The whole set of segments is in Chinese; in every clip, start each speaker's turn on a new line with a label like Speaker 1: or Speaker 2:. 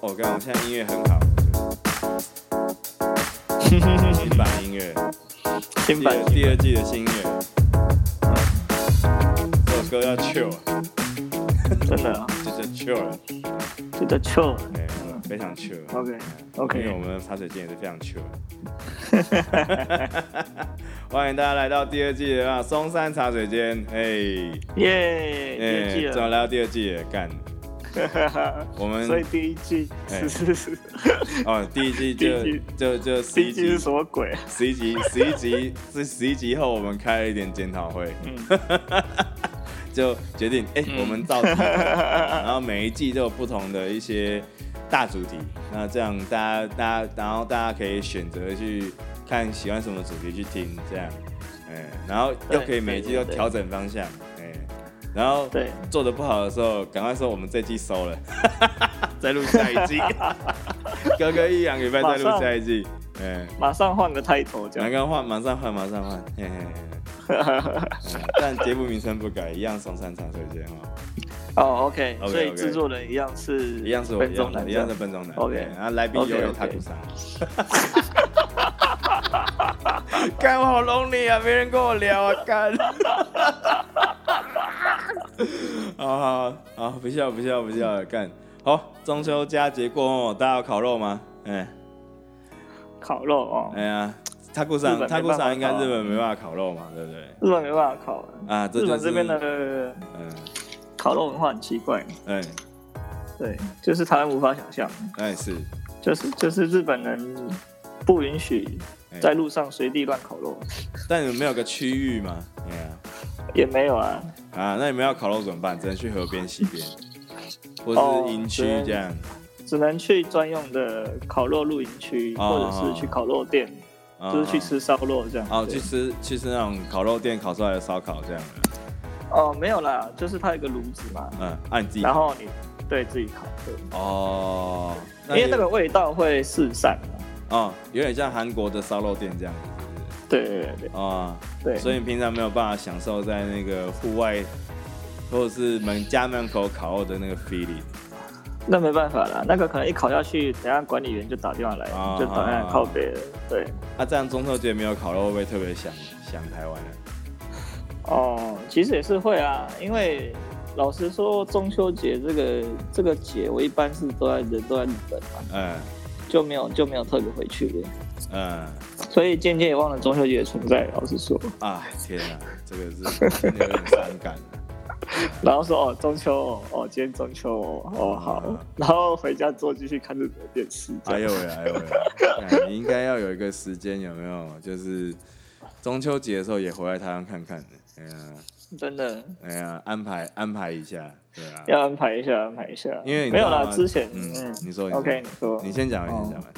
Speaker 1: 我哦跟我现在音乐很好，新版音乐，
Speaker 2: 新
Speaker 1: 第
Speaker 2: 版
Speaker 1: 二第二季的新音乐，哦这首歌叫 Chill，
Speaker 2: 真的啊，
Speaker 1: 就是 Chill，
Speaker 2: 这叫 chill。
Speaker 1: 哎，非常 Chill。
Speaker 2: OK
Speaker 1: 因为我
Speaker 2: OK，
Speaker 1: 们茶水间也是非常 chill。欢迎大家来到第二季的啊松山茶水间，哎，
Speaker 2: 耶，第二季
Speaker 1: 哎，怎么
Speaker 2: 了，
Speaker 1: 来到第二季了？ 干，我们
Speaker 2: 所以第一季
Speaker 1: 哎
Speaker 2: 是是是，
Speaker 1: 哦，第一季就
Speaker 2: 第一季
Speaker 1: 就就十
Speaker 2: 第
Speaker 1: 一
Speaker 2: 一季是
Speaker 1: 集，
Speaker 2: 什么鬼？
Speaker 1: 十一集，十一集是十一集后，我们开了一点检讨会，
Speaker 2: 嗯，
Speaker 1: 就决定哎、
Speaker 2: 嗯
Speaker 1: 我们造题，然后每一季都有不同的一些大主题，那这样大家大家然后大家可以选择去看喜欢什么主题去听，这样，哎、然后又
Speaker 2: 对
Speaker 1: 可以每一季都
Speaker 2: 对对
Speaker 1: 调整方向，哎、然后
Speaker 2: 对
Speaker 1: 做的不好的时候，赶快说我们这季收了，再录下一季， 隔个一两个礼拜再录
Speaker 2: 马上
Speaker 1: 下一季，哎、
Speaker 2: 马上换个 title 这
Speaker 1: 马
Speaker 2: 样。
Speaker 1: 上换，马上换，马上换。嘿嘿嘿但节目名称不改，一样松山茶水间哈，
Speaker 2: 哦，OK，
Speaker 1: OK，OK
Speaker 2: 所以制作人一样是
Speaker 1: 一样是我，
Speaker 2: 本
Speaker 1: 一
Speaker 2: 中
Speaker 1: 样
Speaker 2: 男，
Speaker 1: 是一样是笨中男。
Speaker 2: OK
Speaker 1: 对然后来宾永远
Speaker 2: OK，OK
Speaker 1: 他不 上。干我好 lonely 啊，没人跟我聊啊，干。好好好，不笑不笑不笑了，干。好，中秋佳节过后，大家有烤肉吗？哎
Speaker 2: 烤肉哦，
Speaker 1: 哎呀，他故
Speaker 2: 日
Speaker 1: 上
Speaker 2: 本
Speaker 1: 他故
Speaker 2: 没办法
Speaker 1: 上应该
Speaker 2: 烤啊
Speaker 1: 日本没办法烤肉嘛，对不对？
Speaker 2: 日本没办法烤，
Speaker 1: 啊，这
Speaker 2: 日
Speaker 1: 就
Speaker 2: 本
Speaker 1: 是
Speaker 2: 这边的
Speaker 1: 嗯，
Speaker 2: 烤肉文化很奇怪，
Speaker 1: 哎
Speaker 2: 对，就是台湾无法想象，
Speaker 1: 哎是，
Speaker 2: 就是就是日本人不允许
Speaker 1: 哎
Speaker 2: 在路上随地乱烤肉，
Speaker 1: 但你们没有个区域吗？哎呀，
Speaker 2: 也没有啊，
Speaker 1: 啊，那你们要烤肉怎么办？只能去河边、溪边，或
Speaker 2: 哦
Speaker 1: 是营区这样。
Speaker 2: 只能去专用的烤肉露营区，
Speaker 1: 哦
Speaker 2: 或者是去烤肉店，
Speaker 1: 啊
Speaker 2: 就是去吃烧肉这样。
Speaker 1: 哦，
Speaker 2: 对
Speaker 1: 去吃去吃那种烤肉店烤出来的烧烤这样的。
Speaker 2: 哦，没有啦，就是它有一个炉子嘛，
Speaker 1: 嗯，按自己
Speaker 2: 然后你对自己烤，对
Speaker 1: 哦，
Speaker 2: 因为
Speaker 1: 那
Speaker 2: 那
Speaker 1: 个
Speaker 2: 个味道会四散嘛。
Speaker 1: 哦，有点像韩国的烧肉店这样子，是不是？
Speaker 2: 对对对
Speaker 1: 啊、
Speaker 2: 对，
Speaker 1: 所
Speaker 2: 以
Speaker 1: 以你平常没有办法享受在那个户外或者是门家门口烤肉的那个 feeling。
Speaker 2: 那没办法啦，那个可能一烤下去，等下管理员就打电话来，
Speaker 1: 啊
Speaker 2: 就打电话靠北了。对，
Speaker 1: 那、啊这样中秋节没有烤肉，会不会特别想想台湾呢？
Speaker 2: 哦，其实也是会啊，因为老实说，中秋节这个这个节，我一般是都在人都在日本嘛，
Speaker 1: 嗯
Speaker 2: 就没有就没有特别回去的。
Speaker 1: 嗯。
Speaker 2: 所以渐渐也忘了中秋节的存在。老实说，
Speaker 1: 啊，天哪，这个是真的有点伤感啊。
Speaker 2: 然后说哦，中秋哦，哦，今天中秋哦，哦好，然后回家之后继续看日本的电视。这
Speaker 1: 嗯哎
Speaker 2: 样
Speaker 1: 呦喂，哎呦喂，哎你应该要有一个时间，有没有？就是中秋节的时候也回来台湾看看的。哎呀，
Speaker 2: 真的
Speaker 1: 哎呀，安排安排一下，对啊。
Speaker 2: 要安排一下，安排一下。
Speaker 1: 因为你
Speaker 2: 没有
Speaker 1: 知道
Speaker 2: 啦，
Speaker 1: 吗
Speaker 2: 之前
Speaker 1: 嗯
Speaker 2: 嗯，
Speaker 1: 你说你说
Speaker 2: OK，你说
Speaker 1: 你先讲完，
Speaker 2: 哦
Speaker 1: 你先讲完。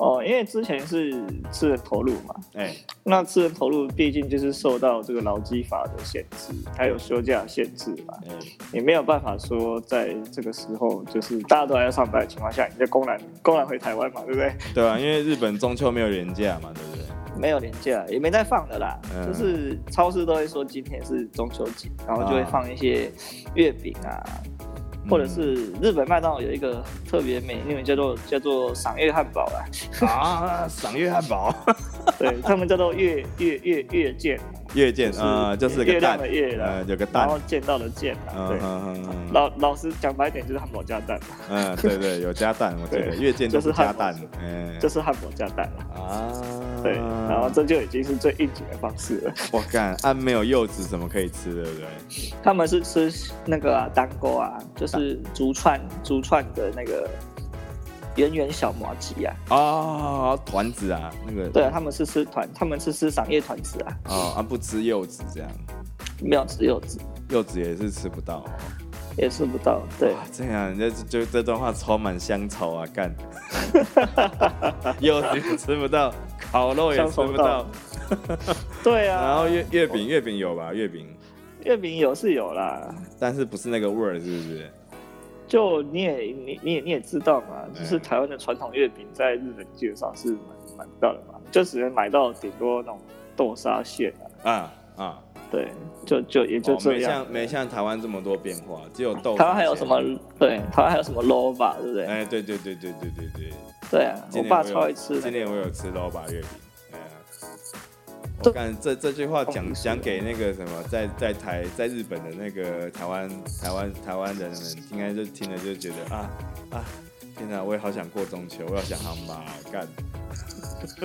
Speaker 2: 哦，因为之前是私人投入嘛，
Speaker 1: 哎，
Speaker 2: 那私人投入毕竟就是受到这个劳基法的限制，还有休假限制嘛，
Speaker 1: 哎，
Speaker 2: 你没有办法说在这个时候就是大家都还在上班的情况下，你就公然公然回台湾嘛，对不对？
Speaker 1: 对啊，因为日本中秋没有年假嘛，对不对？
Speaker 2: 没有年假，也没在放的啦，
Speaker 1: 嗯
Speaker 2: 就是超市都会说今天是中秋节，然后就会放一些月饼啊，
Speaker 1: 嗯
Speaker 2: 或者是日本麦当劳有一个特别美女叫做叫做赏月汉堡啦，
Speaker 1: 啊，赏月汉 堡，
Speaker 2: 对他们叫做月月月月见，
Speaker 1: 月见啊，就是
Speaker 2: 月
Speaker 1: 个
Speaker 2: 亮
Speaker 1: 蛋
Speaker 2: 的，月啦，
Speaker 1: 呃，有个
Speaker 2: 然
Speaker 1: 蛋
Speaker 2: 后，见到的见啦，
Speaker 1: 嗯
Speaker 2: 对。
Speaker 1: 嗯嗯嗯
Speaker 2: 老老实讲白一点，就是汉堡加蛋，
Speaker 1: 嗯，对对，有加蛋，我记得
Speaker 2: 对
Speaker 1: 月见都
Speaker 2: 就是
Speaker 1: 是加
Speaker 2: 汉堡
Speaker 1: 蛋，哎，
Speaker 2: 就是汉堡加蛋啦。
Speaker 1: 啊，
Speaker 2: 对，然后这就已经是最应景的方式了。
Speaker 1: 我啊干，按没有柚子怎么可以吃，对不对？
Speaker 2: 他们是吃那个啊，单锅啊，就是竹串竹串的那个圆圆小麻吉啊。
Speaker 1: 啊，团子啊，那个
Speaker 2: 对啊，他们是吃团，他们是吃赏叶团子啊，
Speaker 1: 哦，啊不吃柚子这样，
Speaker 2: 没有吃柚子，
Speaker 1: 柚子也是吃不到、哦。
Speaker 2: 也吃不到。对，
Speaker 1: 哇，这样这就这段话充满乡愁啊， 干，柚子也吃不到，烤肉也吃
Speaker 2: 乡
Speaker 1: 不
Speaker 2: 愁
Speaker 1: 到，
Speaker 2: 到对啊。
Speaker 1: 然后月月饼月饼有吧，月饼，
Speaker 2: 月饼有是有啦，
Speaker 1: 但是不是那个味儿，是不是？
Speaker 2: 就你也你你也你也知道嘛，就是
Speaker 1: 嗯
Speaker 2: 台湾的传统月饼在日本基本上是买买不到的嘛，就只能买到顶多那种豆沙馅啊。
Speaker 1: 啊啊，
Speaker 2: 对，就就也就
Speaker 1: 哦
Speaker 2: 这
Speaker 1: 没
Speaker 2: 样。
Speaker 1: 像没像台湾这么多变化，只有豆。
Speaker 2: 台湾还有什么？？对，台湾还有什么 low 吧，对不对？
Speaker 1: 哎，对对对对对对对，
Speaker 2: 对啊，我
Speaker 1: 今年
Speaker 2: 爸
Speaker 1: 有
Speaker 2: 超爱吃
Speaker 1: 今
Speaker 2: 的。
Speaker 1: 年我有吃老把月饼。哎呀我
Speaker 2: 对
Speaker 1: 看这这句话讲
Speaker 2: 哦是
Speaker 1: 讲给那个什么在在台在日本的那个台湾台湾台湾人们，应该就听了就觉得啊啊，天哪，我也好想过中秋，我要想航马干。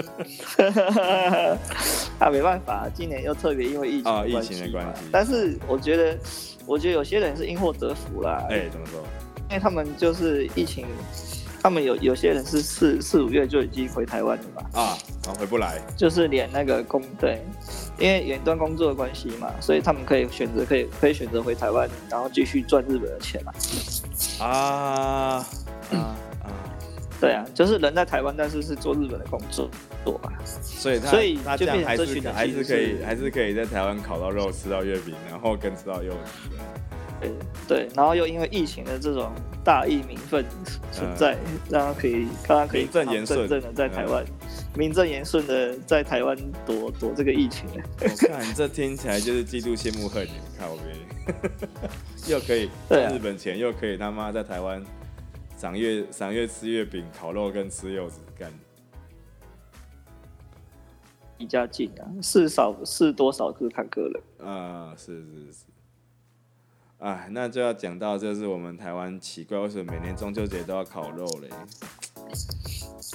Speaker 2: 啊，没办法，今年又特别因为疫情
Speaker 1: 啊
Speaker 2: 的
Speaker 1: 疫
Speaker 2: 关
Speaker 1: 情的
Speaker 2: 系
Speaker 1: 关
Speaker 2: 嘛
Speaker 1: 系
Speaker 2: 但是我觉得，我觉得有些人是因祸得福啦，
Speaker 1: 哎，怎么说？
Speaker 2: 因为他们就是疫情，他们有有些人是四四五月就已经回台湾了嘛，
Speaker 1: 啊，然后回不来。
Speaker 2: 就是连那个工对，因为远端工作的关系嘛，所以他们可以选择可以可以选择回台湾，然后继续赚日本的钱嘛。
Speaker 1: 啊啊啊！
Speaker 2: 对啊，就是人在台湾，但是是做日本的工作做嘛。
Speaker 1: 所以他
Speaker 2: 所以
Speaker 1: 他这
Speaker 2: 就
Speaker 1: 样
Speaker 2: 变
Speaker 1: 还
Speaker 2: 成这
Speaker 1: 是
Speaker 2: 群人
Speaker 1: 还是
Speaker 2: 其实
Speaker 1: 可以
Speaker 2: 是
Speaker 1: 还是可以在台湾烤到肉，吃到月饼，然后更吃到柚子。
Speaker 2: 对对，然后又因为疫情的这种大义名分存在，让他可以让他可以
Speaker 1: 嗯名正言顺嗯
Speaker 2: 堂堂正正的在台湾，名正言顺的在台湾躲躲这个疫情。
Speaker 1: 我看这听起来就是嫉妒、羡慕、恨，看我呗， 又可以
Speaker 2: 对啊
Speaker 1: 赚日本钱，又可以他妈在台湾赏月、赏月吃月饼、烤肉跟吃柚子，干
Speaker 2: 比较近啊，是少是多少就是看个人。
Speaker 1: 啊、是是是，哎，那就要讲到就是我们台湾奇怪，为什么每年中秋节都要烤肉嘞？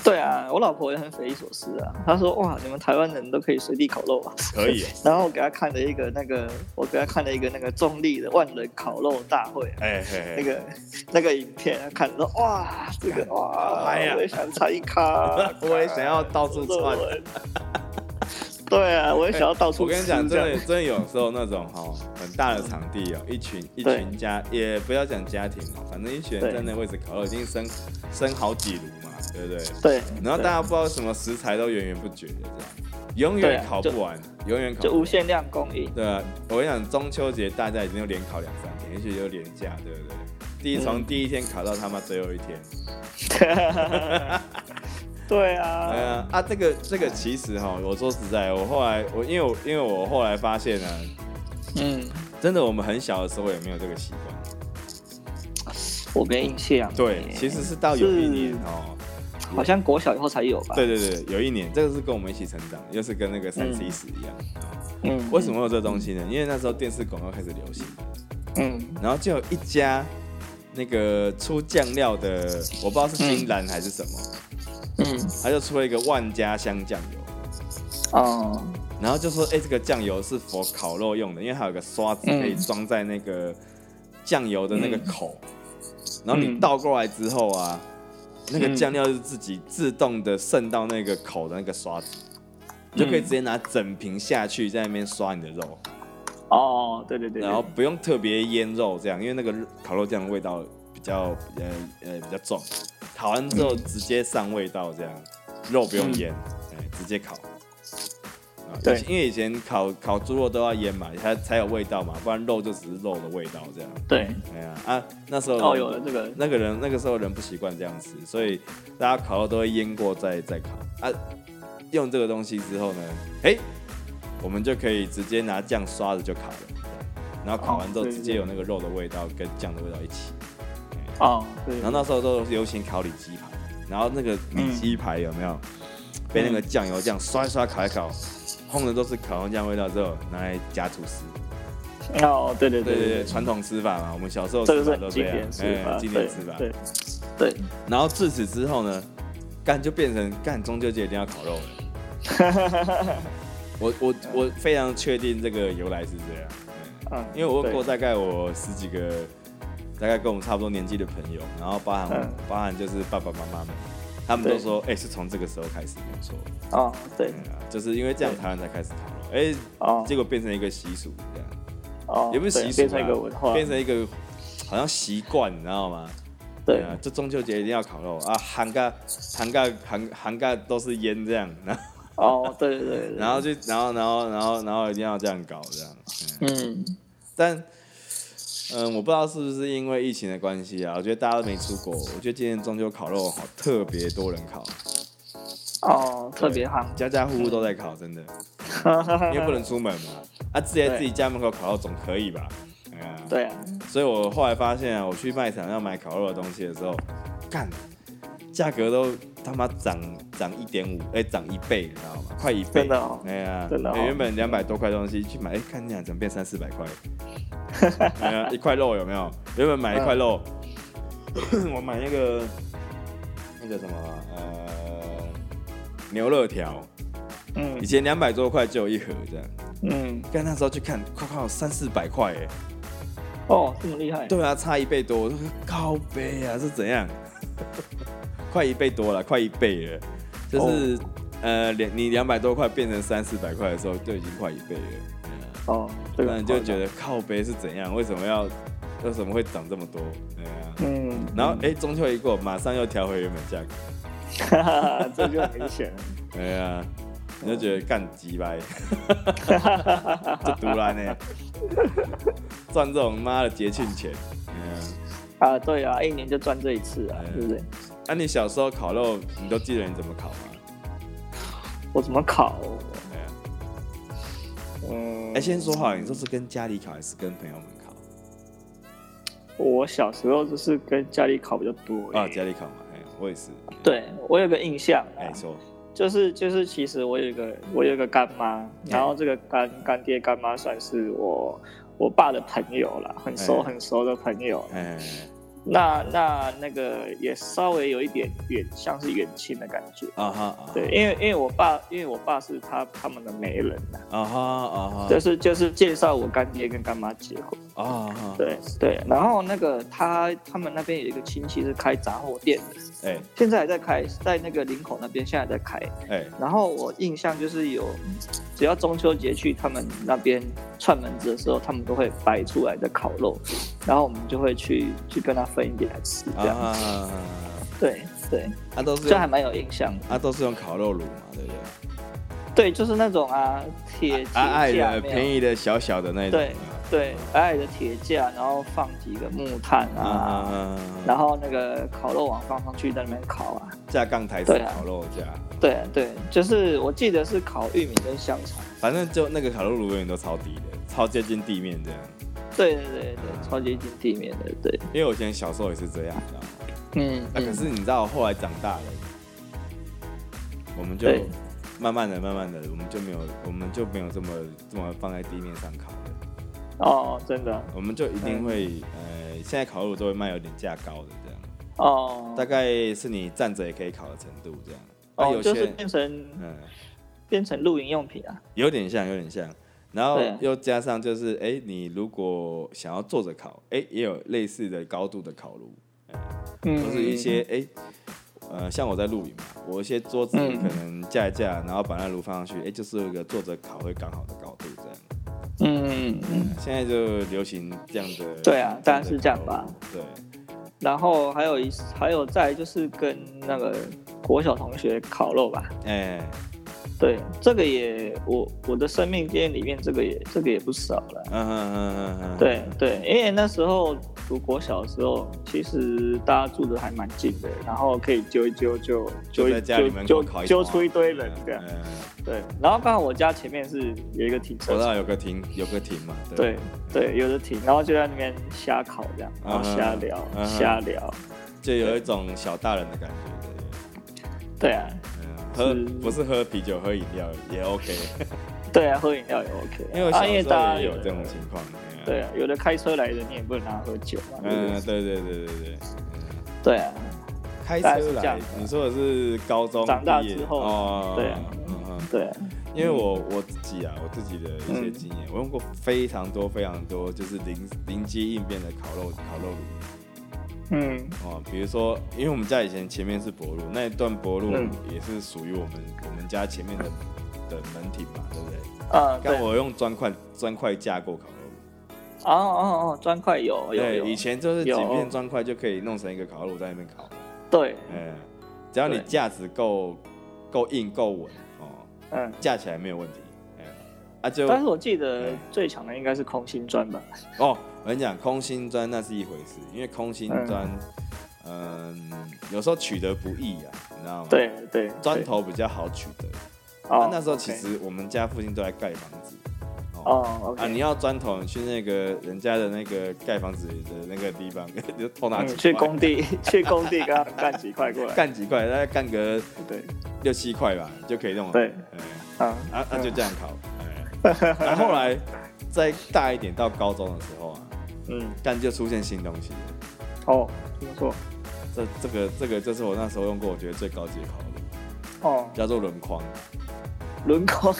Speaker 2: 对啊，我老婆也很匪夷所思啊，她说哇，你们台湾人都可以随地烤肉啊。
Speaker 1: 可以，哦
Speaker 2: 然后我给她看了一个那个，我给她看了一个那个中立的万人烤肉大会啊、
Speaker 1: 哎嘿嘿，
Speaker 2: 那个那个影片，她看说哇，这个
Speaker 1: 好
Speaker 2: 哇
Speaker 1: 嗨啊，
Speaker 2: 我也想参
Speaker 1: ，
Speaker 2: 与啊卡
Speaker 1: 我也想要到处
Speaker 2: 论
Speaker 1: 窜。
Speaker 2: 文。对啊，我也想要到处、
Speaker 1: 哎我
Speaker 2: 吃
Speaker 1: 跟你讲，
Speaker 2: 这
Speaker 1: 真
Speaker 2: 样
Speaker 1: 的真的有时候那种哈、很大的场地哦，一群一
Speaker 2: 对
Speaker 1: 群家也不要讲家庭嘛，反正一群人
Speaker 2: 对
Speaker 1: 在那位置烤肉，已经生生好几炉嘛，对不对？
Speaker 2: 对，
Speaker 1: 然后大家
Speaker 2: 对
Speaker 1: 不知道什么食材都源源不绝的这样，永
Speaker 2: 对
Speaker 1: 远
Speaker 2: 啊
Speaker 1: 烤
Speaker 2: 就
Speaker 1: 不完，永远烤
Speaker 2: 就
Speaker 1: 不
Speaker 2: 无
Speaker 1: 完。
Speaker 2: 限量供 应。
Speaker 1: 对啊，我跟你讲，中秋节大家已经又连烤两三天，也许就连假，对不对？第一从
Speaker 2: 嗯
Speaker 1: 第一天烤到他妈最后一天，
Speaker 2: 啊对啊，
Speaker 1: 嗯啊，这个这个其实哈，我说实在，我后来我因为我因为我后来发现呢、
Speaker 2: 嗯，
Speaker 1: 真的我们很小的时候也没有这个习惯。
Speaker 2: 我没印象。
Speaker 1: 对，其实是到有一年
Speaker 2: 是
Speaker 1: 哦，
Speaker 2: 好像国小以后才有吧？
Speaker 1: 对，对对，有一年，这个是跟我们一起成长，又是跟那个三 C 十一样。
Speaker 2: 嗯，
Speaker 1: 为什？么会有这个东西呢？因为那时候电视广告开始流行，
Speaker 2: 嗯，
Speaker 1: 然后就有一家那个出酱料的，我不知道是金兰还是什么，
Speaker 2: 嗯，
Speaker 1: 他就出了一个万家香酱油，
Speaker 2: 哦，
Speaker 1: 然后就说，哎、这个酱油是否烤肉用的？因为它有个刷子
Speaker 2: 嗯
Speaker 1: 可以装在那个酱油的那个
Speaker 2: 嗯
Speaker 1: 口，然后你倒过来之后啊，那个酱料是自己自动的渗到那个口的那个刷子，就可以直接拿整瓶下去在那边刷你的肉，
Speaker 2: 哦，对对对，对
Speaker 1: 然后不用特别腌肉这样，因为那个烤肉酱的味道比较呃呃比较重，烤完之后
Speaker 2: 嗯
Speaker 1: 直接上味道这样，肉不用腌，哎、直接烤。啊
Speaker 2: 对
Speaker 1: 因为以前烤烤猪肉都要腌嘛，它才有味道嘛，不然肉就只是肉的味道这样。
Speaker 2: 对，
Speaker 1: 哎呀啊，那时候
Speaker 2: 哦，有了这个，
Speaker 1: 那个人那个时候人不习惯这样吃，所以大家烤肉都会腌过再再烤啊。用这个东西之后呢，哎、我们就可以直接拿酱刷着就烤了，然后烤完之后
Speaker 2: 哦对
Speaker 1: 直接有那个肉的味道跟酱的味道一起。
Speaker 2: 哦，对，
Speaker 1: 然后那时候都流行烤里脊排，然后那个里脊排有没有、
Speaker 2: 嗯
Speaker 1: 被那个酱油酱刷一刷烤一烤，烘的都是烤红酱味道之后拿来夹吐司。
Speaker 2: 哦，对对
Speaker 1: 对对对，
Speaker 2: 对，
Speaker 1: 传统吃法嘛，我们小时候
Speaker 2: 这
Speaker 1: 吃法
Speaker 2: 个是很
Speaker 1: 都
Speaker 2: 经
Speaker 1: 这样
Speaker 2: 典，吃
Speaker 1: 哎
Speaker 2: 法，
Speaker 1: 经典吃法。
Speaker 2: 对对，对
Speaker 1: 然后自此之后呢，干就变成干中秋节一定要烤肉了。 我我我非常确定这个由来是这样，嗯
Speaker 2: 嗯，
Speaker 1: 因为我问过
Speaker 2: 对
Speaker 1: 大概我十几个，大概跟我们差不多年纪的朋友，然后包含我、
Speaker 2: 嗯
Speaker 1: 包含就是爸爸妈妈们，他们都
Speaker 2: 对
Speaker 1: 说，哎、是从这个时候开始没错，
Speaker 2: 哦，对
Speaker 1: 嗯，啊就是因为这样
Speaker 2: 对
Speaker 1: 台湾才开始烤肉，哎、
Speaker 2: 哦
Speaker 1: 结果变成一个习俗这样。
Speaker 2: 哦，
Speaker 1: 也不是习
Speaker 2: 对
Speaker 1: 俗、啊，
Speaker 2: 变成一个文化，
Speaker 1: 变成一个好像习惯，你知道吗？
Speaker 2: 对
Speaker 1: 啊，这中秋节一定要烤肉啊，涵盖涵盖涵涵盖都是烟这样， 然后
Speaker 2: 哦，对对对，
Speaker 1: 然后就然后然后然后然后一定要这样搞这样，嗯
Speaker 2: 嗯，
Speaker 1: 但。嗯，我不知道是不是因为疫情的关系啊，我觉得大家都没出国，我觉得今年中秋烤肉好特别多人烤，
Speaker 2: 哦，特别夯， 嗯
Speaker 1: 家家户户都在烤，真的，因为不能出门嘛，啊，自己在自己家门口烤肉总可以吧？哎呀，
Speaker 2: 对啊，
Speaker 1: 所以我后来发现啊，我去卖场要买烤肉的东西的时候，干，价格都他妈涨涨一点五，哎，涨一倍，你知道吗？快一倍，
Speaker 2: 真的哦
Speaker 1: 哎呀，
Speaker 2: 真的哦
Speaker 1: 哎原本两百多块东西去买，哎，看你俩怎么变三四百 块？哎呀，一块肉有没有？原本买一块肉，
Speaker 2: 嗯
Speaker 1: 我买那个那个什么呃牛肉条，
Speaker 2: 嗯
Speaker 1: 以前两百多块就有一盒这样，
Speaker 2: 嗯，
Speaker 1: 但那时候去看，快靠三四百块哎。
Speaker 2: 哦，这么厉害，
Speaker 1: 对啊，差一倍多， 我说靠背啊，是怎样？ 快一倍多了，快一倍了，就是、呃两你两百多块变成三四百块的时候，就已经快一倍了。
Speaker 2: 哦，这
Speaker 1: 那
Speaker 2: 个
Speaker 1: 你嗯就
Speaker 2: 很
Speaker 1: 觉
Speaker 2: 夸
Speaker 1: 得靠背是怎样？为什么要为什么会涨这么多？对啊。
Speaker 2: 张，嗯，
Speaker 1: 然后哎、中秋一过，马上又调回原本价格。
Speaker 2: 哈哈哈， 这就很明显了，
Speaker 1: 哎呀、你就觉得干鸡掰， 这突然呢，欸赚这种妈的节庆钱。哎呀
Speaker 2: 啊，对啊，一年就赚这一次啊，
Speaker 1: 哎
Speaker 2: 对不对？
Speaker 1: 那、你小时候烤肉，你都记得你怎么烤吗？
Speaker 2: 我怎么考？
Speaker 1: 哎呀
Speaker 2: 嗯，
Speaker 1: 哎、先说好，你这是跟家里烤还是跟朋友们烤？
Speaker 2: 我小时候就是跟家里考比较多
Speaker 1: 啊，
Speaker 2: 哎
Speaker 1: 家里烤嘛，哎、我也是。
Speaker 2: 对我有个印象啊，
Speaker 1: 哎、说，
Speaker 2: 就是就是，其实我有一个我有一个干妈，
Speaker 1: 哎
Speaker 2: 然后这个干干爹干妈算是我我爸的朋友啦，很熟
Speaker 1: 哎
Speaker 2: 很熟的朋友。
Speaker 1: 哎、
Speaker 2: 那那那个也稍微有一点远，像是远亲的感觉。
Speaker 1: 啊哈，啊哈
Speaker 2: 对，，因为因为我爸因为我爸是他他们的媒人呐、
Speaker 1: 啊哈，啊哈，
Speaker 2: 就是就是介绍我干爹跟干妈结婚。
Speaker 1: 啊哈，
Speaker 2: 对对，然后那个他他们那边有一个亲戚是开杂货店的，
Speaker 1: 哎
Speaker 2: 现在还在开，在那个林口那边现在还在开。
Speaker 1: 哎
Speaker 2: 然后我印象就是有，只要中秋节去他们那边串门子的时候，他们都会摆出来的烤肉，然后我们就会去去跟他分一点来吃，
Speaker 1: 啊
Speaker 2: 这样。
Speaker 1: 哈，
Speaker 2: 对对，
Speaker 1: 啊都是
Speaker 2: 这还
Speaker 1: 用
Speaker 2: 蛮有印象的。
Speaker 1: 啊都是用烤肉炉嘛，对不对？
Speaker 2: 对，就是那种啊铁铁
Speaker 1: 啊爱
Speaker 2: 架
Speaker 1: 的
Speaker 2: 没有
Speaker 1: 便宜的小小的那种，
Speaker 2: 对对矮矮的铁架，然后放几个木炭
Speaker 1: 啊
Speaker 2: 啊，
Speaker 1: 啊，
Speaker 2: 然后那个烤肉网放上去在那边烤啊。
Speaker 1: 架杠台式
Speaker 2: 对啊
Speaker 1: 烤肉架，
Speaker 2: 对对，就是我记得是烤玉米跟香肠。
Speaker 1: 反正就那个烤肉炉永远都超低的，超接近地面这样。
Speaker 2: 对对对对，超级近地面的，对，
Speaker 1: 因为我以前小时候也是这样，你知道吗？
Speaker 2: 嗯，
Speaker 1: 那、可是你知道，后来长大了，我们就
Speaker 2: 对
Speaker 1: 慢慢的、慢慢的，我们就没有，我们就没有这么这么放在地面上烤的，
Speaker 2: 哦，真的
Speaker 1: 我们就一定会，呃，现在烤肉都会卖有点价高的这样，
Speaker 2: 哦，
Speaker 1: 大概是你站着也可以烤的程度这样。啊，
Speaker 2: 哦
Speaker 1: 有
Speaker 2: 就
Speaker 1: 些
Speaker 2: 是
Speaker 1: 人，
Speaker 2: 变成
Speaker 1: 嗯，
Speaker 2: 变成露营用品啊，
Speaker 1: 有点像，有点像。然后
Speaker 2: 对啊
Speaker 1: 又加上就是，哎、你如果想要坐着烤，哎、也有类似的高度的烤炉，
Speaker 2: 嗯，
Speaker 1: 就是一些哎、诶呃，像我在露营嘛，我一些桌子
Speaker 2: 嗯
Speaker 1: 可能架一架，然后把那炉放上去，哎、就是有一个坐着烤会刚好的高度这样。
Speaker 2: 嗯，嗯嗯，
Speaker 1: 现在就流行这样的，
Speaker 2: 对啊当然是这样吧
Speaker 1: 这样的烤。
Speaker 2: 然后还有一还有再就是跟那个国小同学烤肉吧，
Speaker 1: 对，哎、
Speaker 2: 对，这个也我我的生命经验里面这个也这个也不少了。
Speaker 1: 嗯嗯嗯嗯嗯，
Speaker 2: 对对，因为那时候读国小的时候，其实大家住的还蛮近的，然后可以揪一揪就
Speaker 1: 就
Speaker 2: 揪
Speaker 1: 在
Speaker 2: 一
Speaker 1: 家里
Speaker 2: 揪
Speaker 1: 面
Speaker 2: 揪
Speaker 1: 烤一啊
Speaker 2: 揪
Speaker 1: 团
Speaker 2: 出一堆人这样
Speaker 1: 嗯。嗯
Speaker 2: 对，然后刚好我家前面是有一个停
Speaker 1: 我
Speaker 2: 车
Speaker 1: 知
Speaker 2: 场，
Speaker 1: 道有个亭，有个亭嘛，
Speaker 2: 对对，有的停，然后就在那边瞎烤这样，然后瞎聊、
Speaker 1: 嗯哼
Speaker 2: 瞎聊，
Speaker 1: 就有一种小大人的感觉，对不对。
Speaker 2: 对啊
Speaker 1: 嗯喝
Speaker 2: 是
Speaker 1: 不是喝啤酒，喝饮料也 OK，
Speaker 2: 对 啊，喝饮料也 OK，
Speaker 1: 因为我
Speaker 2: 啊
Speaker 1: 小
Speaker 2: 因为
Speaker 1: 时
Speaker 2: 大
Speaker 1: 候
Speaker 2: 家
Speaker 1: 也有
Speaker 2: 的
Speaker 1: 这种情况。哎呀
Speaker 2: 对，啊，有的开车来的你也不能拿喝酒嘛，对不
Speaker 1: 嗯，对
Speaker 2: 对？
Speaker 1: 对对对对，嗯。
Speaker 2: 对啊，
Speaker 1: 开
Speaker 2: 大概
Speaker 1: 车
Speaker 2: 是这
Speaker 1: 来
Speaker 2: 样吧，啊
Speaker 1: 你说的是高中
Speaker 2: 长大
Speaker 1: 毕业
Speaker 2: 之后
Speaker 1: 哦，
Speaker 2: 对啊
Speaker 1: 嗯哼，
Speaker 2: 对啊，
Speaker 1: 因为我我自己啊，我自己的一些
Speaker 2: 嗯
Speaker 1: 经验，我用过非常多非常多，就是临临机应变的烤肉烤肉炉
Speaker 2: 嗯
Speaker 1: 哦，比如说，因为我们家以前前面是柏路，那一段柏路
Speaker 2: 嗯
Speaker 1: 也是属于我们我们家前面的的门庭嘛，对不对？
Speaker 2: 啊，对
Speaker 1: 但，我用砖块砖块架过烤肉炉，
Speaker 2: 哦哦哦，砖块有有有
Speaker 1: 对，以前就是几
Speaker 2: 有哦
Speaker 1: 片砖块就可以弄成一个烤肉炉在那边烤，
Speaker 2: 对，
Speaker 1: 嗯，只要你
Speaker 2: 对
Speaker 1: 架子够够硬够稳哦。
Speaker 2: 嗯，
Speaker 1: 架起来没有问题。哎啊就
Speaker 2: 但是我记得最强的应该是空心砖吧，
Speaker 1: 哦，我跟你讲，空心砖那是一回事，因为空心砖，嗯、有时候取得不易啊，你知道吗？，
Speaker 2: 对对，对
Speaker 1: 砖头比较好取得。
Speaker 2: 哦
Speaker 1: 啊、那时候其
Speaker 2: OK
Speaker 1: 实我们家附近都在盖房子，哦，头。
Speaker 2: 哦，OK，
Speaker 1: 啊，你要砖头，你去那个人家的那个盖房子的那个地方， 就偷拿
Speaker 2: 嗯
Speaker 1: 几块，
Speaker 2: 去工地去工地跟他干几块过来，
Speaker 1: 干几块，大概干个
Speaker 2: 对，
Speaker 1: 六七块吧，就可以弄了。
Speaker 2: 对
Speaker 1: 哎，
Speaker 2: 嗯，
Speaker 1: 啊，那就这样考。 哎然后后来再大一点，到高中的时候啊，
Speaker 2: 嗯，
Speaker 1: 干就出现新东西了。
Speaker 2: 哦，不错，
Speaker 1: 这这个这个就是我那时候用过我觉得最高级的烤炉，
Speaker 2: 哦，
Speaker 1: 叫做轮框。
Speaker 2: 轮框，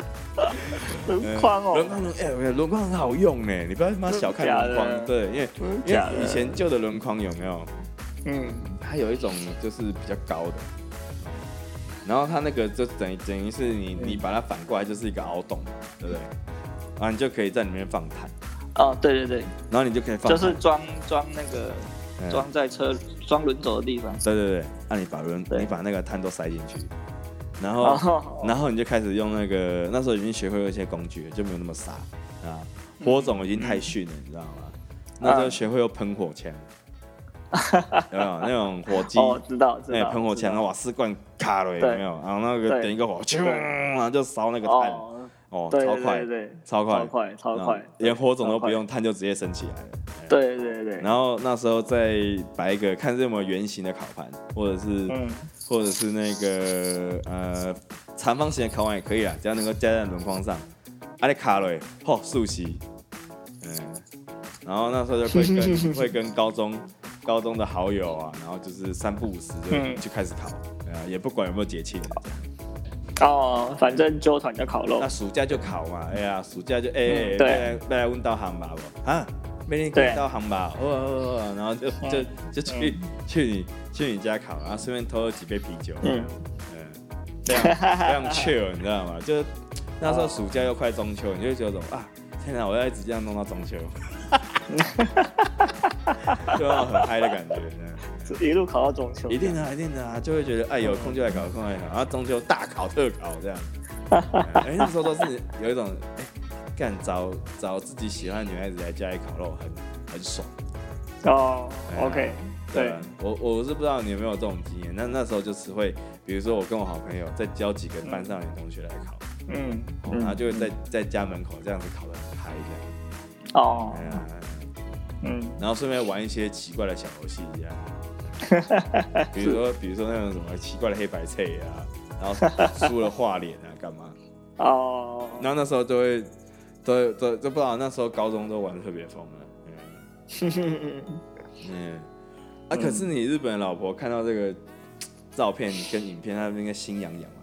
Speaker 2: 轮框
Speaker 1: 轮框
Speaker 2: 哦，
Speaker 1: 轮哎，我跟你讲轮框很好用呢，你不要他妈小看轮
Speaker 2: 真
Speaker 1: 框，
Speaker 2: 的假的
Speaker 1: 对，因为
Speaker 2: 真的
Speaker 1: 因为
Speaker 2: 假的
Speaker 1: 以前旧的轮框有没有？
Speaker 2: 嗯，
Speaker 1: 它有一种就是比较高的，然后它那个就等于等于是你
Speaker 2: 嗯
Speaker 1: 你把它反过来就是一个凹洞嘛，对不对？然后你就可以在里面放碳，
Speaker 2: 哦，对对对，
Speaker 1: 然后你就可以放
Speaker 2: 就
Speaker 1: 碳，
Speaker 2: 是装装那个
Speaker 1: 嗯
Speaker 2: 装在车装轮轴的地方，
Speaker 1: 对对对，那你把轮
Speaker 2: 对
Speaker 1: 你把那个碳都塞进去，然后
Speaker 2: 哦，
Speaker 1: 然后你就开始用那个，那时候已经学会了一些工具了，就没有那么傻啊。火种已经太逊了，你知道吗？那
Speaker 2: 嗯
Speaker 1: 时候学会用喷火 枪，有没有那种火机？
Speaker 2: 哦，知道知
Speaker 1: 那
Speaker 2: 道，
Speaker 1: 个喷火枪，
Speaker 2: 知
Speaker 1: 然
Speaker 2: 道
Speaker 1: 后瓦斯罐卡了，有
Speaker 2: 对
Speaker 1: 没有？然后那个
Speaker 2: 对
Speaker 1: 点一个火，咻，
Speaker 2: 对
Speaker 1: 然后就烧那个碳，
Speaker 2: 哦，
Speaker 1: 哦，
Speaker 2: 对
Speaker 1: 超
Speaker 2: 对
Speaker 1: 快
Speaker 2: 对，对，
Speaker 1: 超快，
Speaker 2: 超快超快
Speaker 1: 嗯，连火种都
Speaker 2: 超
Speaker 1: 不
Speaker 2: 快
Speaker 1: 用，碳就直接升起来了。哎
Speaker 2: 对对对，
Speaker 1: 然后那时候再摆一个，看是有没有圆形的烤盘，或者是
Speaker 2: 嗯，
Speaker 1: 或者是那个呃长方形的烤碗也可以啦，只要能够加在轮框上，啊，你卡了，吼，竖起，嗯，然后那时候就会 跟会跟高中高中的好友啊，然后就是三不五时
Speaker 2: 嗯
Speaker 1: 就就开始烤，啊，也不管有没有节庆，啊
Speaker 2: 哦，反正纠团就烤肉
Speaker 1: 那，暑假就烤嘛，哎呀，暑假就哎
Speaker 2: 嗯
Speaker 1: 哎，
Speaker 2: 对
Speaker 1: 来来来问到行吧不啊。没人
Speaker 2: 对
Speaker 1: 到行吧，哦哦哦，然后就就就去去你去你家烤，然后顺便偷了几杯啤酒，
Speaker 2: 嗯，
Speaker 1: 嗯，非常非常 chill，你知道吗？就是那时候暑假又快中秋，你就觉得说啊，天哪，我要一直这样弄到中秋，就那种很嗨的感觉。嗯
Speaker 2: 一路烤到中秋，
Speaker 1: 一定的啊、一定的啊，就会觉得哎，有空就来搞，有空来搞，然后中秋大考特考这样。嗯哎、那时候都是有一种哎，干、找找自己喜欢的女孩子来家里烤肉，很很爽。
Speaker 2: 哦
Speaker 1: 哎呀
Speaker 2: ，OK，
Speaker 1: 对啊，我我是不知道你有没有这种经验，那那时候就是会，比如说我跟我好朋友再教几个班上的女同学来烤，
Speaker 2: 嗯，
Speaker 1: 哦
Speaker 2: 嗯
Speaker 1: 然后就会在在家门口这样子烤的很嗨这
Speaker 2: 哦，
Speaker 1: 样，哎呀，
Speaker 2: 嗯，
Speaker 1: 然后顺便玩一些奇怪的小游戏这样， 比如说比如说那种什么奇怪的黑白菜啊，然后输了画脸啊干嘛，
Speaker 2: 哦，
Speaker 1: 然后那时候就会都都都不知道那时候高中都玩的特别疯了，嗯 嗯，啊，可是你日本老婆看到这个照片跟影片，她应该心痒痒啊，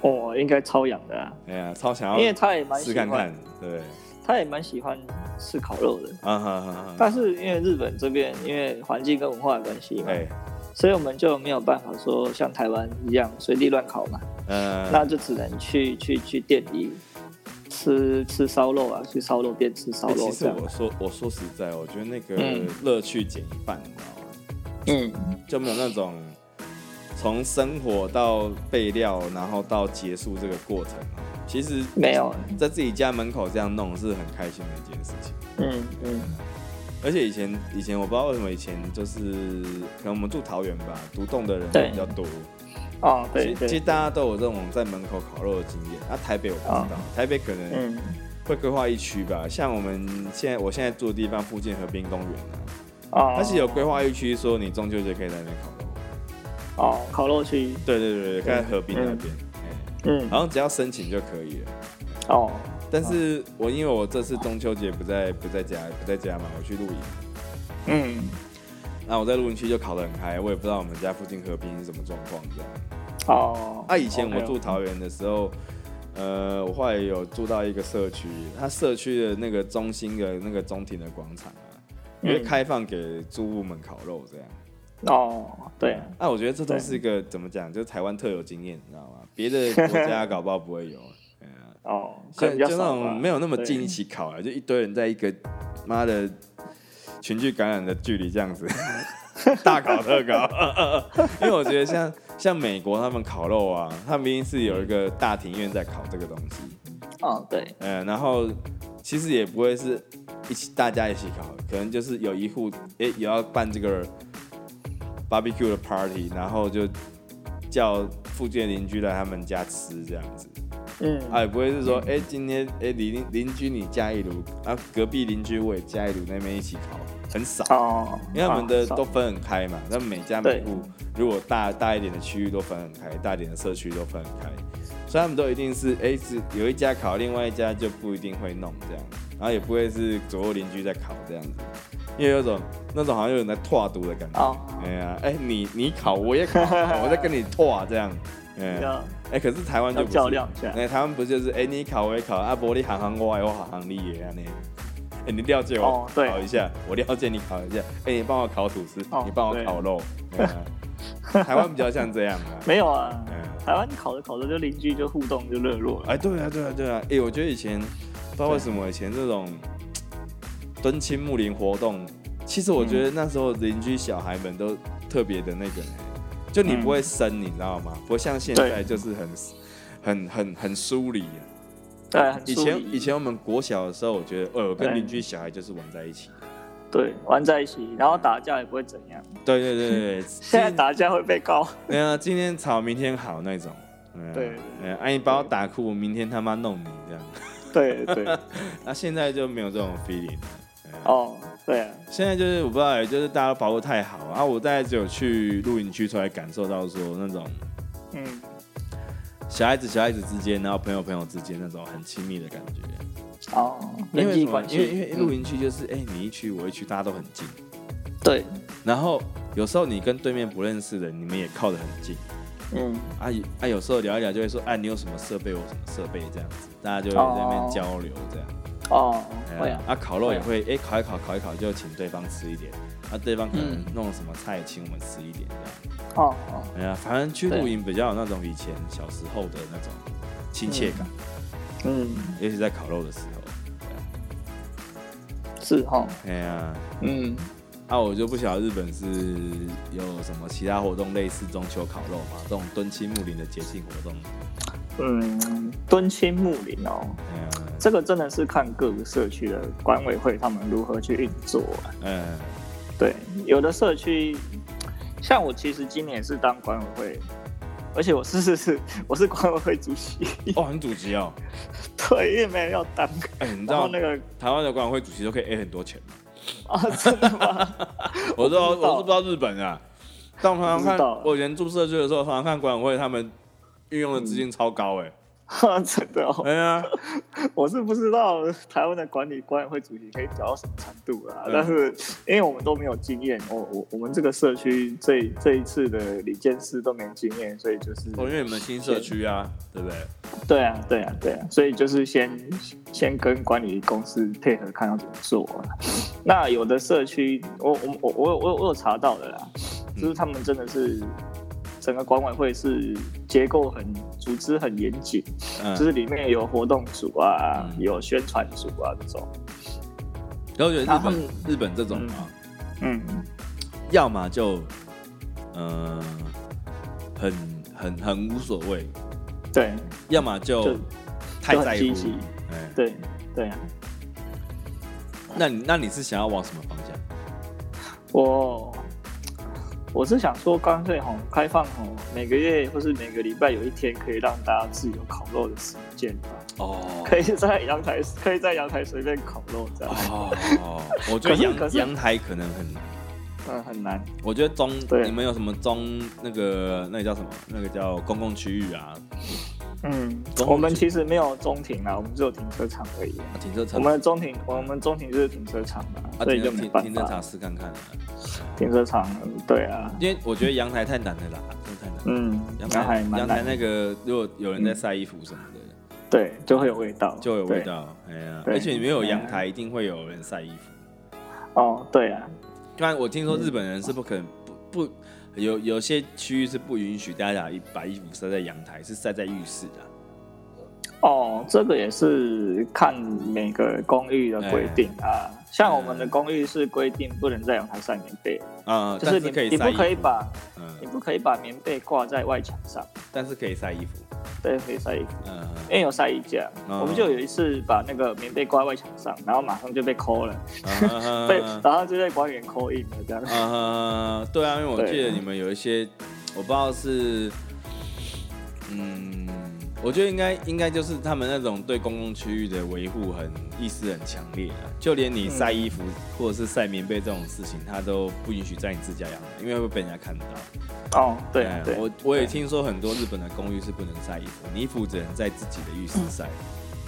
Speaker 2: 哦，应该超养的啊，
Speaker 1: 哎呀，超想
Speaker 2: 因为
Speaker 1: 要
Speaker 2: 他也蛮
Speaker 1: 试
Speaker 2: 喜
Speaker 1: 看看
Speaker 2: 欢，，
Speaker 1: 对，
Speaker 2: 他也蛮喜欢吃烤肉的。
Speaker 1: 啊哈哈哈，
Speaker 2: 但是因为日本这边因为环境跟文化的关系嘛，
Speaker 1: 哎，
Speaker 2: 所以我们就没有办法说像台湾一样随地乱烤嘛，
Speaker 1: 嗯，
Speaker 2: 那就只能去去去店里吃吃烧肉啊，去烧肉店吃烧
Speaker 1: 欸
Speaker 2: 肉
Speaker 1: 其
Speaker 2: 这
Speaker 1: 实
Speaker 2: 样。
Speaker 1: 我说我说实在，我觉得那个
Speaker 2: 嗯
Speaker 1: 乐趣减一半，你知道吗？
Speaker 2: 嗯，
Speaker 1: 就没有那种从生活到备料，然后到结束这个过程啊其实
Speaker 2: 没有，
Speaker 1: 在自己家门口这样弄是很开心的一件事情。
Speaker 2: 嗯嗯
Speaker 1: 而且以前以前我不知道为什么以前就是可能我们住桃园吧，独栋的人
Speaker 2: 对
Speaker 1: 比较多。
Speaker 2: 哦，
Speaker 1: 其
Speaker 2: 对
Speaker 1: 实其实
Speaker 2: 对，
Speaker 1: 大家都有这种在门口烤肉的经验。啊，台北我不知道，台北可能
Speaker 2: 嗯
Speaker 1: 会规划一区吧。像我们现在我现在住的地方附近河滨公园啊，
Speaker 2: 哦，
Speaker 1: 它是有规划一区，说你中秋节可以在那边烤肉。
Speaker 2: 哦烤肉区，
Speaker 1: 对对对对，在河滨那边，
Speaker 2: 嗯
Speaker 1: 哎好像只要申请就可以了。
Speaker 2: 哦
Speaker 1: 但是我因为我这次中秋节不在不在家不在家嘛，我去露营，
Speaker 2: 嗯
Speaker 1: 那我在露营区就烤得很嗨，我也不知道我们家附近河滨是什么状况这样。
Speaker 2: 哦，
Speaker 1: 啊，以前我
Speaker 2: OK
Speaker 1: 住桃园的时候，呃，我后来有住到一个社区，它社区的那个中心的那个中庭的广场啊，因为
Speaker 2: 嗯
Speaker 1: 开放给住户们烤肉这样。
Speaker 2: 哦对，
Speaker 1: 那、我觉得这都
Speaker 2: 对
Speaker 1: 是一个怎么讲，就是台湾特有经验，你知道吗？别的国家搞不好不会有。哎呀
Speaker 2: 哦，可
Speaker 1: 像
Speaker 2: 能比
Speaker 1: 就
Speaker 2: 较
Speaker 1: 那
Speaker 2: 少吧
Speaker 1: 种没有那么近
Speaker 2: 对
Speaker 1: 一起烤啊，就一堆人在一个妈的群聚感染的距离这样 子，大烤特烤。 因为我觉得像像美国他们烤肉啊，他们一定是有一个大庭院在烤这个东西，
Speaker 2: 哦对，
Speaker 1: 嗯，然后其实也不会是一起大家一起烤，可能就是有一户诶、也要办这个 barbecue 的 party，然后就叫附近的邻居来他们家吃这样子，
Speaker 2: 嗯，
Speaker 1: 啊，也不会是说，哎、今天哎邻邻居你加一炉，啊，隔壁邻居我也加一炉，那边一起烤，很少，
Speaker 2: 哦，
Speaker 1: 因为他们
Speaker 2: 啊
Speaker 1: 的
Speaker 2: 少
Speaker 1: 都分很开嘛，那每家每户如果大大一点的区域都分很开，大一点的社区都分很开，所以他们都一定是哎、是有一家烤，另外一家就不一定会弄这样，然后也不会是左右邻居在烤这样子，因为有种那种好像有人在拓毒的感觉。
Speaker 2: 哦
Speaker 1: 哎呀，哎、你你烤我也烤，我在跟你拓这样。哎、
Speaker 2: 要
Speaker 1: 哎，可是台湾就
Speaker 2: 要
Speaker 1: 不
Speaker 2: 较
Speaker 1: 是，
Speaker 2: 量啊一下
Speaker 1: 哎、，台湾不就是哎、你烤我也烤，啊，伯你行行我也我行行你也啊呢。哎、你了解我
Speaker 2: 哦对
Speaker 1: 烤一下，我了解你烤一下。哎、你帮我烤吐 司，
Speaker 2: 哦
Speaker 1: 你帮我烤肉。哎 呀台湾比较像这样啊。
Speaker 2: 没有啊，
Speaker 1: 哎呀
Speaker 2: 台湾烤着烤着就邻居就互动就热络了，
Speaker 1: 哎，对啊，对啊，对啊！哎、我觉得以前不知道为什么以前这种嘖敦亲睦邻活动，其实我觉
Speaker 2: 嗯
Speaker 1: 得那时候邻居小孩们都特别的那个，欸就你不会生，你知道吗？不像现在
Speaker 2: 嗯对
Speaker 1: 就是很很很很疏离、啊。
Speaker 2: 对，很
Speaker 1: 以
Speaker 2: 疏
Speaker 1: 前
Speaker 2: 离
Speaker 1: 以前我们国小的时候，我觉得，呃，我跟
Speaker 2: 对
Speaker 1: 邻居小孩就是玩在一起。
Speaker 2: 对玩在一起，然后打架也不会怎样，
Speaker 1: 对对对 对，对
Speaker 2: 现在打架会 被告，
Speaker 1: 对啊，今天吵，明天好那种。嗯
Speaker 2: 对
Speaker 1: 嗯，阿姨把我打哭，我明天他妈弄你这样。
Speaker 2: 对对，
Speaker 1: 那、现在就没有这种 feeling 了。嗯
Speaker 2: 哦，对啊，
Speaker 1: 现在就是我不知道欸，就是大家都保护太好啊。我大概只有去露营区出来感受到说那种
Speaker 2: 嗯，
Speaker 1: 小孩子小孩子之间，然后朋友朋友之间那种很亲密的感觉。
Speaker 2: 哦，
Speaker 1: 因
Speaker 2: 人
Speaker 1: 为
Speaker 2: 际
Speaker 1: 什么
Speaker 2: 关？系，
Speaker 1: 因为因为
Speaker 2: 嗯
Speaker 1: 露营区就是哎、你一区我一区，大家都很近。
Speaker 2: 对，
Speaker 1: 然后有时候你跟对面不认识的人，你们也靠得很近。
Speaker 2: 嗯，
Speaker 1: 啊有啊，有时候聊一聊就会说，哎、你有什么设备，我有什么设备这样子，大家就会在那边
Speaker 2: 哦
Speaker 1: 交流这样。
Speaker 2: 哦，
Speaker 1: 哎
Speaker 2: 会
Speaker 1: 呀
Speaker 2: 啊，
Speaker 1: 啊，烤肉
Speaker 2: 会
Speaker 1: 也
Speaker 2: 啊
Speaker 1: 会，哎、烤一烤，烤一烤，就请对方吃一点，啊，对方可
Speaker 2: 嗯
Speaker 1: 能弄什么菜，请我们吃一点这样。
Speaker 2: 哦哦，
Speaker 1: 哎呀，反正去露营比较有那种以前小时候的那种亲切感，
Speaker 2: 嗯，
Speaker 1: 尤其在烤肉的时候。
Speaker 2: 是哈，
Speaker 1: 哎呀，
Speaker 2: 嗯，
Speaker 1: 啊，我就不晓得日本是有什么其他活动类似中秋烤肉嘛，这种敦亲睦邻的节庆活动。
Speaker 2: 嗯，敦亲睦邻哦，
Speaker 1: 哎呀，
Speaker 2: 这个真的是看各个社区的管委会他们如何去运作、啊。
Speaker 1: 嗯，
Speaker 2: 对，有的社区，像我其实今年是当管委会，而且我是是是我是管委会主席，
Speaker 1: 哦，很主席哦。
Speaker 2: 对，因为没人要当。
Speaker 1: 哎、你知
Speaker 2: 然后
Speaker 1: 道
Speaker 2: 那个
Speaker 1: 台湾的管委会主席都可以 A 很多钱吗？
Speaker 2: 啊，真的吗？
Speaker 1: 我知道，
Speaker 2: 我不知道
Speaker 1: 我是不知道日本啊。但我常常
Speaker 2: 我不知道
Speaker 1: 看，我以前住社区的时候，常常看管委会他们运用的资
Speaker 2: 嗯
Speaker 1: 金超高哎、
Speaker 2: 啊真的哦，
Speaker 1: 哎呀，
Speaker 2: 我是不知道台湾的管理管委会主席可以屌到什么程度啦、
Speaker 1: 嗯
Speaker 2: 但是因为我们都没有经验，我我我们这个社区这这一次的理监事都没经验，所以就是
Speaker 1: 哦，因为你们新社区啊，对不对？
Speaker 2: 对啊，对啊，对啊，所以就是先先跟管理公司配合，看要怎么做、啊。那有的社区，我我我我有我有我有查到的啦，
Speaker 1: 嗯
Speaker 2: 就是他们真的是整个管委会是结构很组织很严谨，
Speaker 1: 嗯
Speaker 2: 就是里面有活动组啊，
Speaker 1: 嗯
Speaker 2: 有宣传组啊这种。
Speaker 1: 然后我觉得日
Speaker 2: 然后他
Speaker 1: 本
Speaker 2: 们
Speaker 1: 日本这种啊，
Speaker 2: 嗯，
Speaker 1: 要么就嗯、呃很很很无所谓，
Speaker 2: 对
Speaker 1: 要么就
Speaker 2: 就
Speaker 1: 太在
Speaker 2: 就很积
Speaker 1: 乎
Speaker 2: 极。
Speaker 1: 哎，
Speaker 2: 对对啊，
Speaker 1: 那你那你是想要往什么方向？
Speaker 2: 我我是想说，干脆吼开放吼，每个月或是每个礼拜有一天可以让大家自由烤肉的时间吧，
Speaker 1: 哦
Speaker 2: 可以在阳台， 可以在阳台随便烤肉这样，
Speaker 1: 哦，我觉得
Speaker 2: 可是
Speaker 1: 阳
Speaker 2: 可是
Speaker 1: 阳台可能很难。
Speaker 2: 嗯，很难。
Speaker 1: 我觉得中
Speaker 2: 对
Speaker 1: 你们有什么中那个那个叫什么？那个叫公共区域啊，
Speaker 2: 嗯
Speaker 1: 中，
Speaker 2: 我们其实没有中庭啦，我们只有停车场而已。
Speaker 1: 啊停车场
Speaker 2: 我们的中庭，我们中庭就是停车场嘛，
Speaker 1: 啊
Speaker 2: 所以
Speaker 1: 停
Speaker 2: 就
Speaker 1: 车
Speaker 2: 没
Speaker 1: 停
Speaker 2: 办
Speaker 1: 停车
Speaker 2: 法。
Speaker 1: 场试看看啊，
Speaker 2: 停车场，嗯对啊，
Speaker 1: 因为我觉得阳台太难了啦，真的太难了。
Speaker 2: 嗯，
Speaker 1: 阳
Speaker 2: 那
Speaker 1: 台
Speaker 2: 还蛮
Speaker 1: 阳台
Speaker 2: 难的，
Speaker 1: 那个，如果有人在晒衣服什么的，
Speaker 2: 对，就会有味道，
Speaker 1: 就有味
Speaker 2: 对。
Speaker 1: 道。哎呀，
Speaker 2: 对哎
Speaker 1: 而且你没有阳台，一定会有人晒衣服。
Speaker 2: 哦，对啊，
Speaker 1: 当然，我听说日本人是不可能不不有有些区域是不允许大家把衣服晒在阳台，是晒在浴室的啊。
Speaker 2: 哦，这个也是看每个公寓的规定
Speaker 1: 哎
Speaker 2: 啊。像我们的公寓是规定不能在阳台晒棉被，
Speaker 1: 啊，
Speaker 2: 就
Speaker 1: 但
Speaker 2: 你
Speaker 1: 可以
Speaker 2: 你
Speaker 1: 晒
Speaker 2: 不
Speaker 1: 衣
Speaker 2: 可以
Speaker 1: 服，
Speaker 2: 把你
Speaker 1: 嗯，
Speaker 2: 不可以把棉被挂在外墙上，
Speaker 1: 但是可以晒衣服，
Speaker 2: 对，可以晒衣服。
Speaker 1: 嗯，
Speaker 2: 因为有晒衣架，
Speaker 1: 嗯
Speaker 2: 我们就有一次把那个棉被挂在外墙上，然后马上就被抠了，
Speaker 1: 嗯
Speaker 2: 被
Speaker 1: 嗯
Speaker 2: 然后就被管理员抠硬了这样。
Speaker 1: 啊、对啊，因为我
Speaker 2: 对
Speaker 1: 记得你们有一些，我不知道是嗯，我觉得应该应该就是他们那种对公共区域的维护很意识很强烈啊，就连你晒衣服或者是晒棉被这种事情，他都不允许在你自家阳台，因为会被人家看到。
Speaker 2: 哦，对啊
Speaker 1: 哎
Speaker 2: 对，
Speaker 1: 我我也听说很多日本的公寓是不能晒衣服，你衣服只能在自己的浴室晒。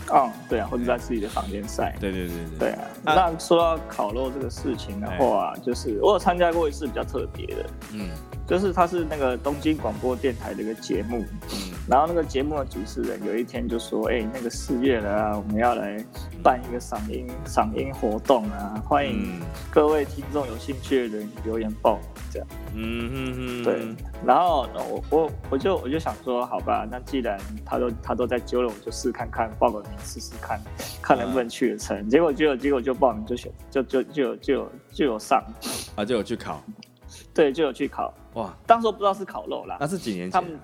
Speaker 2: 哦，对啊，或者在自己的房间晒。
Speaker 1: 对对对对
Speaker 2: 对啊，
Speaker 1: 啊哎
Speaker 2: 那说到烤肉这个事情的话，就是我有参加过一次比较特别的，
Speaker 1: 嗯
Speaker 2: 就是它是那个东京广播电台的一个节目，
Speaker 1: 嗯
Speaker 2: 然后那个节目的主持人有一天就说：“哎、那个四月了啊，我们要来办一个赏樱赏樱活动啊，欢迎
Speaker 1: 嗯
Speaker 2: 各位听众有兴趣的人留言报名。”这样
Speaker 1: 嗯嗯
Speaker 2: 对，然后我我我就我就想说，好吧，那既然他都他都在揪了，我就试看看报个名试试看，看能不能去得成。结果就有结果就报名就选就就就有就有就有上，
Speaker 1: 啊，就有去考
Speaker 2: 对，就有去烤。
Speaker 1: 哇，
Speaker 2: 当时我不知道是烤肉啦，
Speaker 1: 那是几年
Speaker 2: 他
Speaker 1: 前啊、
Speaker 2: 们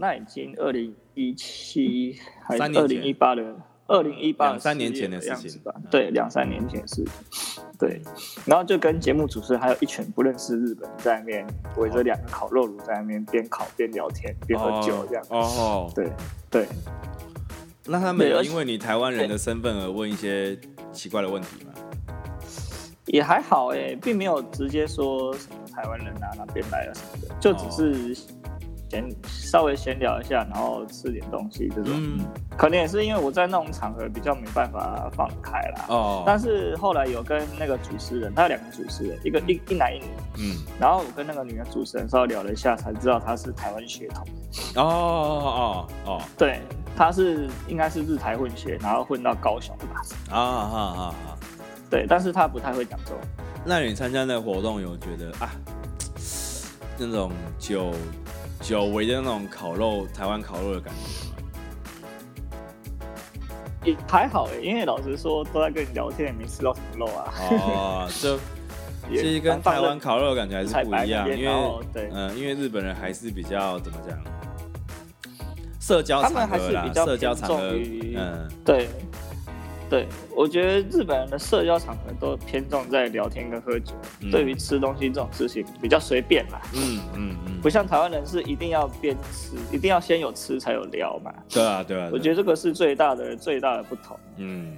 Speaker 2: 那已经二零一七还是
Speaker 1: 三
Speaker 2: 二
Speaker 1: 年
Speaker 2: 零一
Speaker 1: 前
Speaker 2: 八的二零一八
Speaker 1: 两三年前的事情嗯
Speaker 2: 吧？对，两三年前的事情。对，然后就跟节目主持人还有一群不认识日本人在那边围着两个烤肉炉在那边边烤边聊天边喝酒这样。
Speaker 1: 哦哦，
Speaker 2: 对对，
Speaker 1: 那他们
Speaker 2: 对
Speaker 1: 有
Speaker 2: 而且
Speaker 1: 因为你台湾人的身份而问一些奇怪的问题吗？
Speaker 2: 也还好哎、并没有直接说什么台湾人啊哪边来啊什么的，就只是
Speaker 1: 哦
Speaker 2: 闲稍微闲聊一下，然后吃点东西这种。
Speaker 1: 嗯，
Speaker 2: 可能也是因为我在那种场合比较没办法放得开啦。
Speaker 1: 哦，
Speaker 2: 但是后来有跟那个主持人，他有两个主持人，一个一一男一女，
Speaker 1: 嗯，
Speaker 2: 然后我跟那个女的主持人稍微聊了一下，才知道她是台湾血统，
Speaker 1: 哦哦哦哦
Speaker 2: 对，她是应该是日台混血，然后混到高雄的吧，
Speaker 1: 哦，啊啊啊啊！
Speaker 2: 对，但是她不太会讲中文，
Speaker 1: 那你参加那个活动有觉得啊，那种久久违的那种烤肉，台湾烤肉的感觉吗？
Speaker 2: 也还好哎、因为老实说都在跟你聊天，也没吃到什么肉啊，
Speaker 1: 哦，就
Speaker 2: 也
Speaker 1: 其实跟台湾烤肉的感觉还是
Speaker 2: 采
Speaker 1: 不
Speaker 2: 白
Speaker 1: 一
Speaker 2: 那
Speaker 1: 样，
Speaker 2: 边，
Speaker 1: 因
Speaker 2: 然
Speaker 1: 为
Speaker 2: 后对。
Speaker 1: 嗯，因为日本人还是比较怎么讲，社交
Speaker 2: 他们
Speaker 1: 场
Speaker 2: 还
Speaker 1: 合
Speaker 2: 是
Speaker 1: 啦
Speaker 2: 比，较
Speaker 1: 社交
Speaker 2: 偏
Speaker 1: 场合
Speaker 2: 重，于
Speaker 1: 嗯，
Speaker 2: 对，对，我觉得日本人的社交场合都偏重在聊天跟喝酒，
Speaker 1: 嗯
Speaker 2: 对于吃东西这种事情比较随便啦，
Speaker 1: 嗯嗯嗯，
Speaker 2: 不像台湾人是一定要边吃，一定要先有吃才有聊嘛。
Speaker 1: 对啊对啊，
Speaker 2: 我觉
Speaker 1: 得
Speaker 2: 得这个是最大的最大的不同。
Speaker 1: 嗯，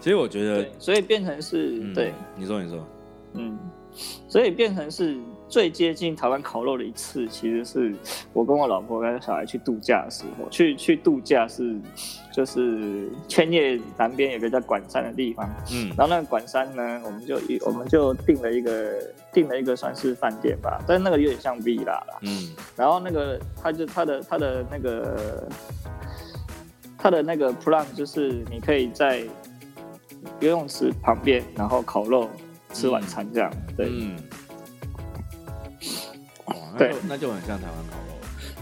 Speaker 1: 其实我觉得
Speaker 2: 对，所以变成是、
Speaker 1: 嗯
Speaker 2: 对，
Speaker 1: 你说你说，
Speaker 2: 嗯，所以变成是最接近台湾烤肉的一次，其实是我跟我老婆跟小孩去度假的时候，去去度假是就是千叶南边有个叫管山的地方，
Speaker 1: 嗯
Speaker 2: 然后那个管山呢，我们就一我们就订了一个订了一个算是饭店吧，但是那个有点像 villa 啦。
Speaker 1: 嗯
Speaker 2: 然后那个它就它的它的那个它的那个 plan 就是你可以在游泳池旁边，然后烤肉吃晚餐这样。对、
Speaker 1: 嗯，哇，那
Speaker 2: 对
Speaker 1: 就那就很像台湾烤肉，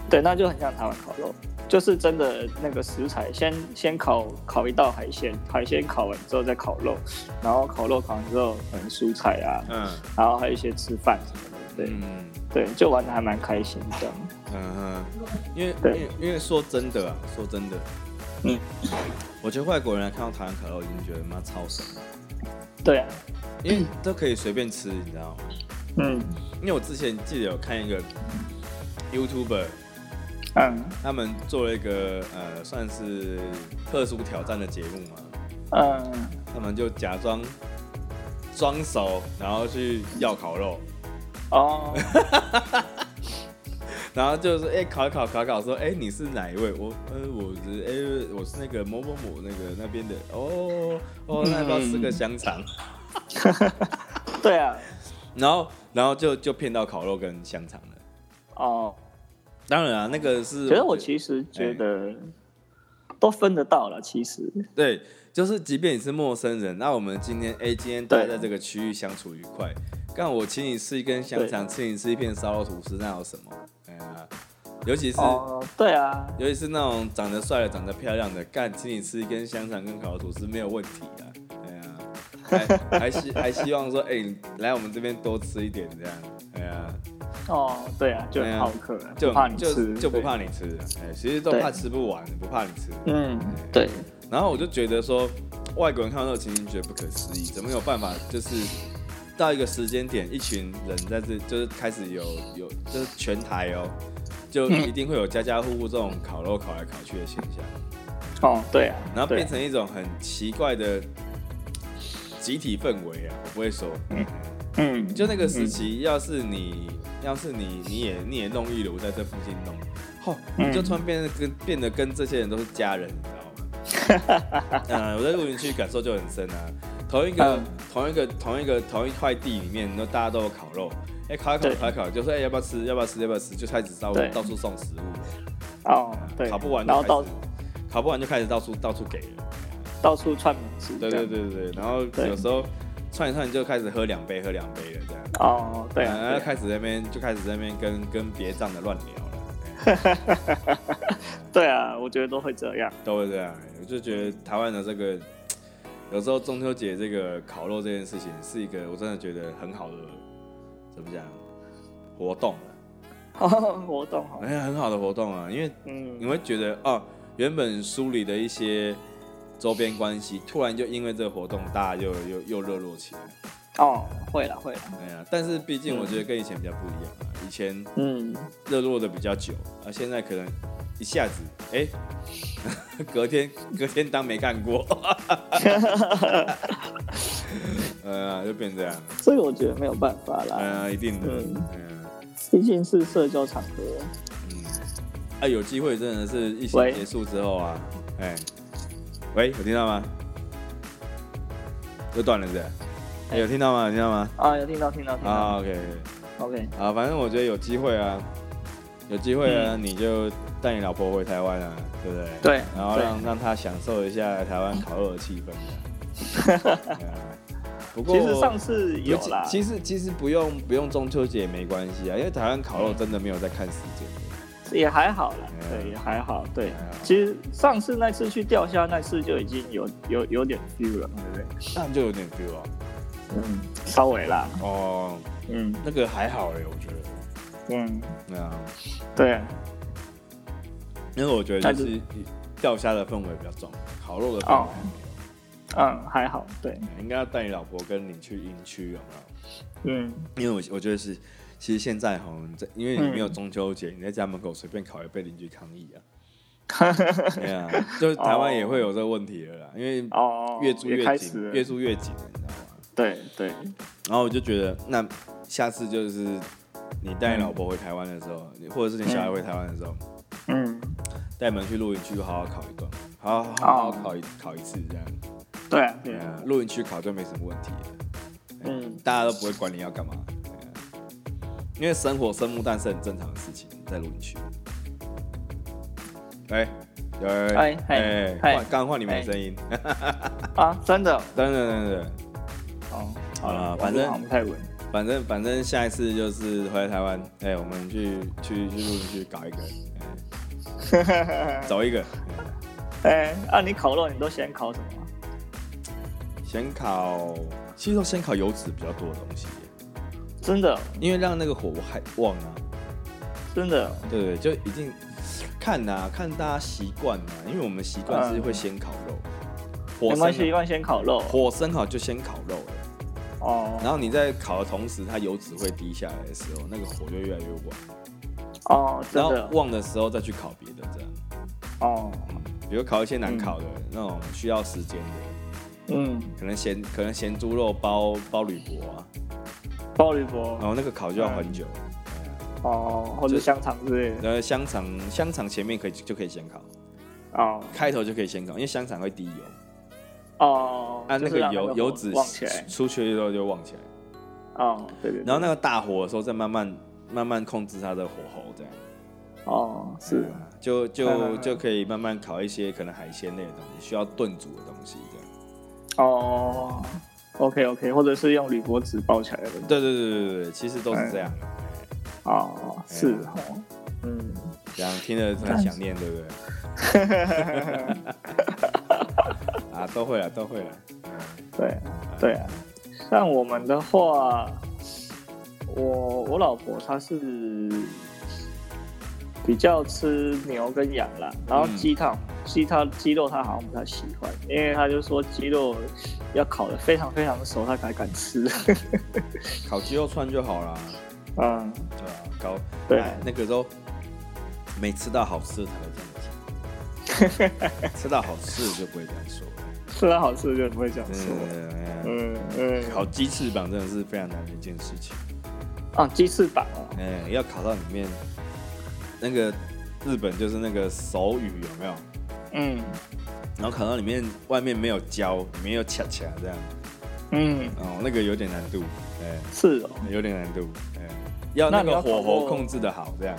Speaker 2: 对，那就很像台湾烤肉。就是真的那个食材，先先烤烤一道海鲜，海鲜烤完之后再烤肉，然后烤肉烤完之后，可能蔬菜啊，
Speaker 1: 嗯
Speaker 2: 然后还有一些吃饭什么的，对、
Speaker 1: 嗯
Speaker 2: 对，就玩的还蛮开心这样。
Speaker 1: 嗯哼，因为因
Speaker 2: 对
Speaker 1: 为因为说真的啊，说真的，
Speaker 2: 嗯，
Speaker 1: 我觉得外国人来看到台湾烤肉已经觉得妈超神了，
Speaker 2: 对啊，
Speaker 1: 因为都可以随便吃，你知道吗？
Speaker 2: 嗯
Speaker 1: 因为我之前记得有看一个 YouTuber，
Speaker 2: 嗯
Speaker 1: 他们做了一个呃算是特殊挑战的节目嘛，
Speaker 2: 嗯，
Speaker 1: 他们就假装装熟，然后去要烤肉，
Speaker 2: 哦，
Speaker 1: 然后就是哎、烤一烤烤一烤说哎、你是哪一位？我呃我是哎、我是那个某某某那个那边的哦哦那要不要吃个香
Speaker 2: 嗯
Speaker 1: 肠？
Speaker 2: 对啊，
Speaker 1: 然后然后就就骗到烤肉跟香肠了。
Speaker 2: 哦，
Speaker 1: 当然啊，那个 是
Speaker 2: 可是我其实觉得都分得到了，其实
Speaker 1: 对，就是即便你是陌生人，那我们今天哎、诶今天待在这个区域相处愉快，干我请你吃一根香肠，请你吃一片烧肉吐司，那有什么？哎呀，尤其是、
Speaker 2: 哦，对啊，
Speaker 1: 尤其是那种长得帅的、长得漂亮的，干请你吃一根香肠跟烤肉吐司没有问题啊。哎呀，还还希还希望说，哎、你来我们这边多吃一点这样。哎呀，
Speaker 2: 哦，对啊，就很好客啊，
Speaker 1: 就
Speaker 2: 不怕你
Speaker 1: 就
Speaker 2: 吃，
Speaker 1: 就不
Speaker 2: 对，
Speaker 1: 怕你吃，哎，其实都
Speaker 2: 对
Speaker 1: 怕吃不完，不怕你吃。
Speaker 2: 嗯，对，
Speaker 1: 然后我就觉得说，外国人看到这个情形觉得不可思议，怎么有办法就是到一个时间点，一群人在这就是开始有有就是全台哦，就一定会有家家户户这种烤肉烤来烤去的现象，
Speaker 2: 哦，对啊，
Speaker 1: 然后
Speaker 2: 对
Speaker 1: 变
Speaker 2: 啊
Speaker 1: 成一种很奇怪的集体氛围啊。我不会说，
Speaker 2: 嗯，
Speaker 1: 就那个时期，要是你要是你你也你也弄一炉在这附近弄，吼、你就突然变得跟变得跟这些人都是家人，你知 道吗？嗯、我在露营区感受就很深啊。同一个、
Speaker 2: 嗯
Speaker 1: 同一个同一个同一块地里面，那大家都有烤肉，哎、烤一烤
Speaker 2: 对
Speaker 1: 烤一烤，就说哎、要不要吃要不要吃要不要吃，就开始到
Speaker 2: 对
Speaker 1: 到处送食物，
Speaker 2: 哦，对，
Speaker 1: 烤不完
Speaker 2: 然
Speaker 1: 就
Speaker 2: 后
Speaker 1: 开
Speaker 2: 到
Speaker 1: 始烤不完就开始到处到处给了。
Speaker 2: 到处串门子，
Speaker 1: 对
Speaker 2: 这
Speaker 1: 对对
Speaker 2: 样，
Speaker 1: 对对，然后
Speaker 2: 对
Speaker 1: 有时候串一串就开始喝两杯喝两杯了这样。
Speaker 2: 哦，对啊，
Speaker 1: 然后
Speaker 2: 对啊
Speaker 1: 开始在那边就开始在那边跟跟别账的乱聊了，
Speaker 2: 对啊，我觉得都会这样，
Speaker 1: 都会这样。我就觉得台湾的这个，啊有时候中秋节这个烤肉这件事情是一个我真的觉得很好的，怎么讲活动啊，
Speaker 2: 哦活动好，
Speaker 1: 哎呀，很好的活动啊，因为你
Speaker 2: 嗯，
Speaker 1: 会觉得哦，原本梳理的一些周边关系，突然就因为这个活动，大家又又又热络起来。
Speaker 2: 哦，会了会了，
Speaker 1: 哎呀，但是毕竟我觉得跟以前比较不一样啊，以前
Speaker 2: 嗯，
Speaker 1: 热络的比较久，啊，现在可能一下子，哎、 隔天隔天当没干过， 呃，就变这样，
Speaker 2: 这个我觉得没有办法啦，
Speaker 1: 呃，一定的，嗯
Speaker 2: 嗯、毕竟是社交场合，
Speaker 1: 嗯，啊，有机会真的是疫情
Speaker 2: 喂
Speaker 1: 结束之后啊，哎、喂，有听到吗？又断了是不是、哎有听到吗？有听到吗？
Speaker 2: 啊，有听到听到听到
Speaker 1: 啊，OK，
Speaker 2: ，OK，
Speaker 1: 啊，反正我觉得有机会啊，有机会啊，你就带你老婆回台湾啊，对不对？
Speaker 2: 嗯对，
Speaker 1: 然后
Speaker 2: 对
Speaker 1: 让让他享受一下台湾烤肉的气氛 这样。对啊不过
Speaker 2: 其实上次有啦，
Speaker 1: 其实其实不用不用中秋节也没关系啊，因为台湾
Speaker 2: 嗯
Speaker 1: 烤肉真的没有在看时间。
Speaker 2: 也还好啦，
Speaker 1: 嗯啊
Speaker 2: 对，也还好，对
Speaker 1: 还好。
Speaker 2: 其实上次那次去钓虾那次就已经有有有点 feel 了嘛，对不对？
Speaker 1: 那就有点 feel 啊。
Speaker 2: 嗯，稍微啦，
Speaker 1: 哦，
Speaker 2: 嗯
Speaker 1: 那个还好哎、我觉得。
Speaker 2: 嗯，
Speaker 1: 对啊，
Speaker 2: 对，
Speaker 1: 因为我觉得就
Speaker 2: 那
Speaker 1: 是钓虾的氛围比较重，烤肉的氛围
Speaker 2: 哦
Speaker 1: 还没
Speaker 2: 嗯，还好，对，
Speaker 1: 有。应该要带你老婆跟你去营区，有没有？
Speaker 2: 嗯，
Speaker 1: 因为我我觉得是，其实现在哈，你在因为你没
Speaker 2: 嗯
Speaker 1: 有中秋节，你在家门口随便烤也被邻居抗议啊。 对啊，就是台湾也会有这个问题了啦，因为
Speaker 2: 哦，
Speaker 1: 越住
Speaker 2: 也
Speaker 1: 越
Speaker 2: 开
Speaker 1: 紧，
Speaker 2: 始了
Speaker 1: 越住越紧，你知道吗？
Speaker 2: 对对，
Speaker 1: 然后我就觉得，那下次就是你带你老婆回台湾的时候，你或者是你小孩回台湾的时候，
Speaker 2: 嗯，
Speaker 1: 带你们去露营区好好烤一顿，好好好好烤一烤一次这样。
Speaker 2: 对啊对
Speaker 1: 对
Speaker 2: 啊
Speaker 1: 啊，，露营区烤就没什么问题了，
Speaker 2: 嗯，
Speaker 1: 大家都不会管你要干嘛。对啊因为生火生木炭是很正常的事情，在露营区。哎，有
Speaker 2: 哎
Speaker 1: 哎
Speaker 2: 嘿
Speaker 1: 哎，
Speaker 2: 嘿
Speaker 1: 换刚换你们的
Speaker 2: 嘿
Speaker 1: 声音，
Speaker 2: 啊，真的，
Speaker 1: 等等等等。
Speaker 2: 哦，
Speaker 1: 好啦
Speaker 2: 我
Speaker 1: 反正
Speaker 2: 好像不太稳，
Speaker 1: 反正反正下一次就是回来台湾，哎、我们去去去露营区搞一个，哎走一个，哎
Speaker 2: 哎，啊，你烤肉你都先烤什么？
Speaker 1: 先烤，其实都先烤油脂比较多的东西，
Speaker 2: 真的
Speaker 1: 因为让那个火还旺啊，
Speaker 2: 真的，
Speaker 1: 对对，就一定看呐、看大家习惯呐，因为我们习惯是会先烤肉，
Speaker 2: 我
Speaker 1: 火
Speaker 2: 们习
Speaker 1: 生啊
Speaker 2: 惯先烤肉，
Speaker 1: 火生好就先烤肉了，
Speaker 2: 哦
Speaker 1: 然后你在烤的同时，它油脂会滴下来的时候，那个火就越来越旺，
Speaker 2: 哦，真
Speaker 1: 然后
Speaker 2: 的，
Speaker 1: 旺的时候再去烤别的这样。
Speaker 2: 哦，
Speaker 1: 比如烤一些难烤的、那种需要时间的，
Speaker 2: 嗯，
Speaker 1: 可能咸可能咸猪肉包包铝箔啊，
Speaker 2: 鲍鱼博
Speaker 1: 然，后那个烤就要很久。
Speaker 2: 嗯哦，或者
Speaker 1: 哦就
Speaker 2: 香肠之类的，
Speaker 1: 然后香肠香肠前面可以就可以先烤，
Speaker 2: 哦
Speaker 1: 开头就可以先烤，因为香肠会滴油，
Speaker 2: 哦，
Speaker 1: 啊
Speaker 2: 就
Speaker 1: 那
Speaker 2: 是
Speaker 1: 个
Speaker 2: 让
Speaker 1: 油
Speaker 2: 火
Speaker 1: 油脂
Speaker 2: 旺起来，
Speaker 1: 出去之后就旺起来，
Speaker 2: 哦，对对，对
Speaker 1: 然后那个大火的时候再慢慢慢慢控制它的火候，这样
Speaker 2: 哦是
Speaker 1: 对，啊就就
Speaker 2: 嗯
Speaker 1: 就可以慢慢烤一些可能海鲜类的东西，需要炖煮的东西这样。
Speaker 2: 哦，OK OK，或者是用铝箔纸包起来的，
Speaker 1: 对对对对对对，其实都是这样，
Speaker 2: 哎哦，是哦，嗯，
Speaker 1: 这样听着很想念，对 不对？啊，都会了，都会了。
Speaker 2: 对对啊，像我们的话，我我老婆她是比较吃牛跟羊啦，然后
Speaker 1: 嗯
Speaker 2: 鸡汤。鸡她鸡肉她好像不太喜欢，因为她就说鸡肉要烤的非常非常熟，她才敢吃。
Speaker 1: 烤鸡肉串就好啦。
Speaker 2: 嗯，
Speaker 1: 对啊，烤
Speaker 2: 对
Speaker 1: 哎那个时候没吃到好吃才会这样 讲，吃到好吃就不会这样说了。
Speaker 2: 吃到好吃的就不会这样说。
Speaker 1: 嗯，
Speaker 2: 嗯嗯，
Speaker 1: 烤鸡翅膀真的是非常难的一件事情。
Speaker 2: 啊，鸡翅膀哦，
Speaker 1: 嗯，要烤到里面那个日本就是那个手语有没有？
Speaker 2: 嗯
Speaker 1: 然后烤到里面外面没有焦，里面又恰恰这样，
Speaker 2: 嗯，
Speaker 1: 哦，那个有点难度，哎，
Speaker 2: 是哦，
Speaker 1: 有点难度，哎，要那
Speaker 2: 那你
Speaker 1: 个
Speaker 2: 要
Speaker 1: 火
Speaker 2: 烤
Speaker 1: 候
Speaker 2: 过
Speaker 1: 控制的好，这样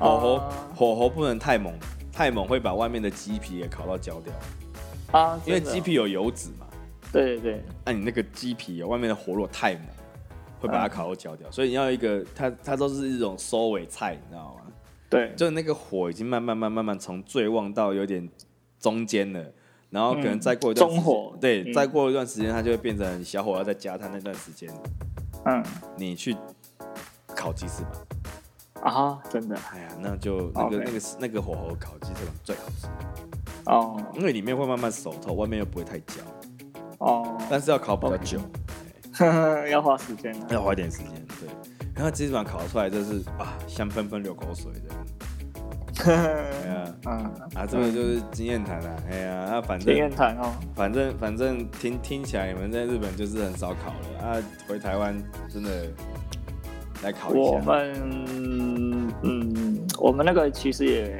Speaker 1: 火候、
Speaker 2: 啊
Speaker 1: 火候不能太猛，太猛会把外面的鸡皮也烤到焦掉，
Speaker 2: 啊，
Speaker 1: 因为
Speaker 2: 真的哦
Speaker 1: 鸡皮，有油脂嘛，
Speaker 2: 对对对，
Speaker 1: 那、你那个鸡皮哦外面的火若太猛，会把它烤到
Speaker 2: 嗯
Speaker 1: 焦掉，所以你要一个它它都是一种收尾菜，你知道吗？
Speaker 2: 对，
Speaker 1: 就是那个火已经慢慢慢慢慢从最旺到有点中间了，然后可能
Speaker 2: 嗯
Speaker 1: 再过一段时间、
Speaker 2: 中火
Speaker 1: 对，
Speaker 2: 嗯
Speaker 1: 再过一段时间它就会变成小火要再加它那段时间，
Speaker 2: 嗯
Speaker 1: 你去烤鸡翅膀，
Speaker 2: 啊，真的
Speaker 1: 哎呀，那就那个
Speaker 2: OK
Speaker 1: 那个那个火候烤鸡翅膀最好吃，
Speaker 2: 哦
Speaker 1: 因为里面会慢慢熟透，外面又不会太焦，
Speaker 2: 哦，
Speaker 1: 但是要烤比较久，
Speaker 2: 要花时间啊的，
Speaker 1: 要花一点时间，对。然后鸡翅膀烤出来就是啊，香喷喷流口水的，哎呀，
Speaker 2: 嗯，
Speaker 1: 啊，这个就是经验谈啦，哎呀，啊，反
Speaker 2: 经
Speaker 1: 正
Speaker 2: 验谈哦，
Speaker 1: 反正反正听听起来你们在日本就是很少考了啊，回台湾真的来考一
Speaker 2: 我
Speaker 1: 下。
Speaker 2: 们嗯，我们那个其实也，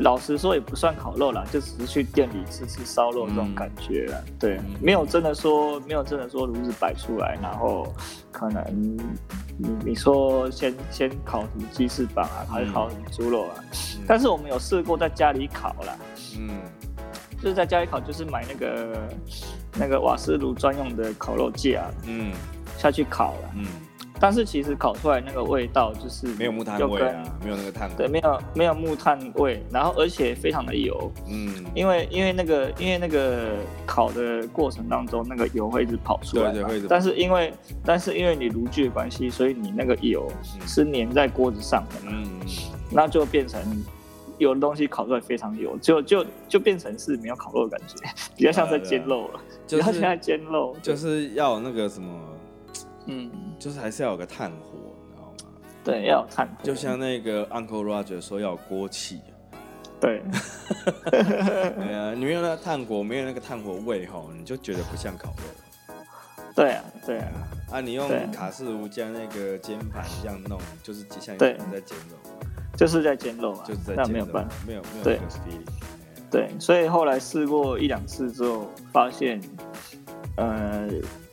Speaker 2: 老实说也不算烤肉啦，就只是去店里吃吃烧肉这种感觉啦。对
Speaker 1: 嗯，
Speaker 2: 没有真的说没有真的说炉子摆出来，啊然后可能你你说先先烤什么鸡翅膀啊，还是烤什么猪肉啊？
Speaker 1: 嗯
Speaker 2: 但是我们有试过在家里烤啦，
Speaker 1: 嗯
Speaker 2: 就是在家里烤，就是买那个那个瓦斯炉专用的烤肉架啊
Speaker 1: 嗯
Speaker 2: 下去烤啦。
Speaker 1: 嗯，
Speaker 2: 但是其实烤出来那个味道就是
Speaker 1: 没有木炭
Speaker 2: 就
Speaker 1: 味
Speaker 2: 跟
Speaker 1: 啊，没有那个炭
Speaker 2: 对，
Speaker 1: 味。
Speaker 2: 没有没有木炭味，然后而且非常的油，
Speaker 1: 嗯，
Speaker 2: 因为因为那个因为那个烤的过程当中，那个油会一直跑出来嘛，
Speaker 1: 对对会一直跑
Speaker 2: 但是因为但是因为你炉具的关系，所以你那个油
Speaker 1: 嗯
Speaker 2: 是粘在锅子上的，
Speaker 1: 嗯嗯
Speaker 2: 那就变成有的东西烤出来非常油，就就就变成是没有烤肉的感觉， 比较像在煎肉了，
Speaker 1: 就
Speaker 2: 比较像在
Speaker 1: 是
Speaker 2: 煎肉，
Speaker 1: 就
Speaker 2: 对
Speaker 1: 是要有那个什么，
Speaker 2: 嗯，
Speaker 1: 就是还是要有个炭火，你知道吗？
Speaker 2: 对，要有炭火，
Speaker 1: 就像那个 Uncle Roger 说要有锅气，
Speaker 2: 对，
Speaker 1: 哎呀，你没有那个炭火，没有那个炭火味吼，你就觉得不像烤肉。
Speaker 2: 对啊，对啊，
Speaker 1: 啊，你用
Speaker 2: 对
Speaker 1: 卡式炉加那个煎盘这样弄，就是极限
Speaker 2: 对
Speaker 1: 在煎肉，
Speaker 2: 就是在煎肉啊，
Speaker 1: 就是在
Speaker 2: 那
Speaker 1: 煎
Speaker 2: 没有
Speaker 1: 肉
Speaker 2: 办法。，
Speaker 1: 没有没有那
Speaker 2: 对
Speaker 1: 个 feeling。
Speaker 2: 对，所以后来试过一两次之后，发现，呃，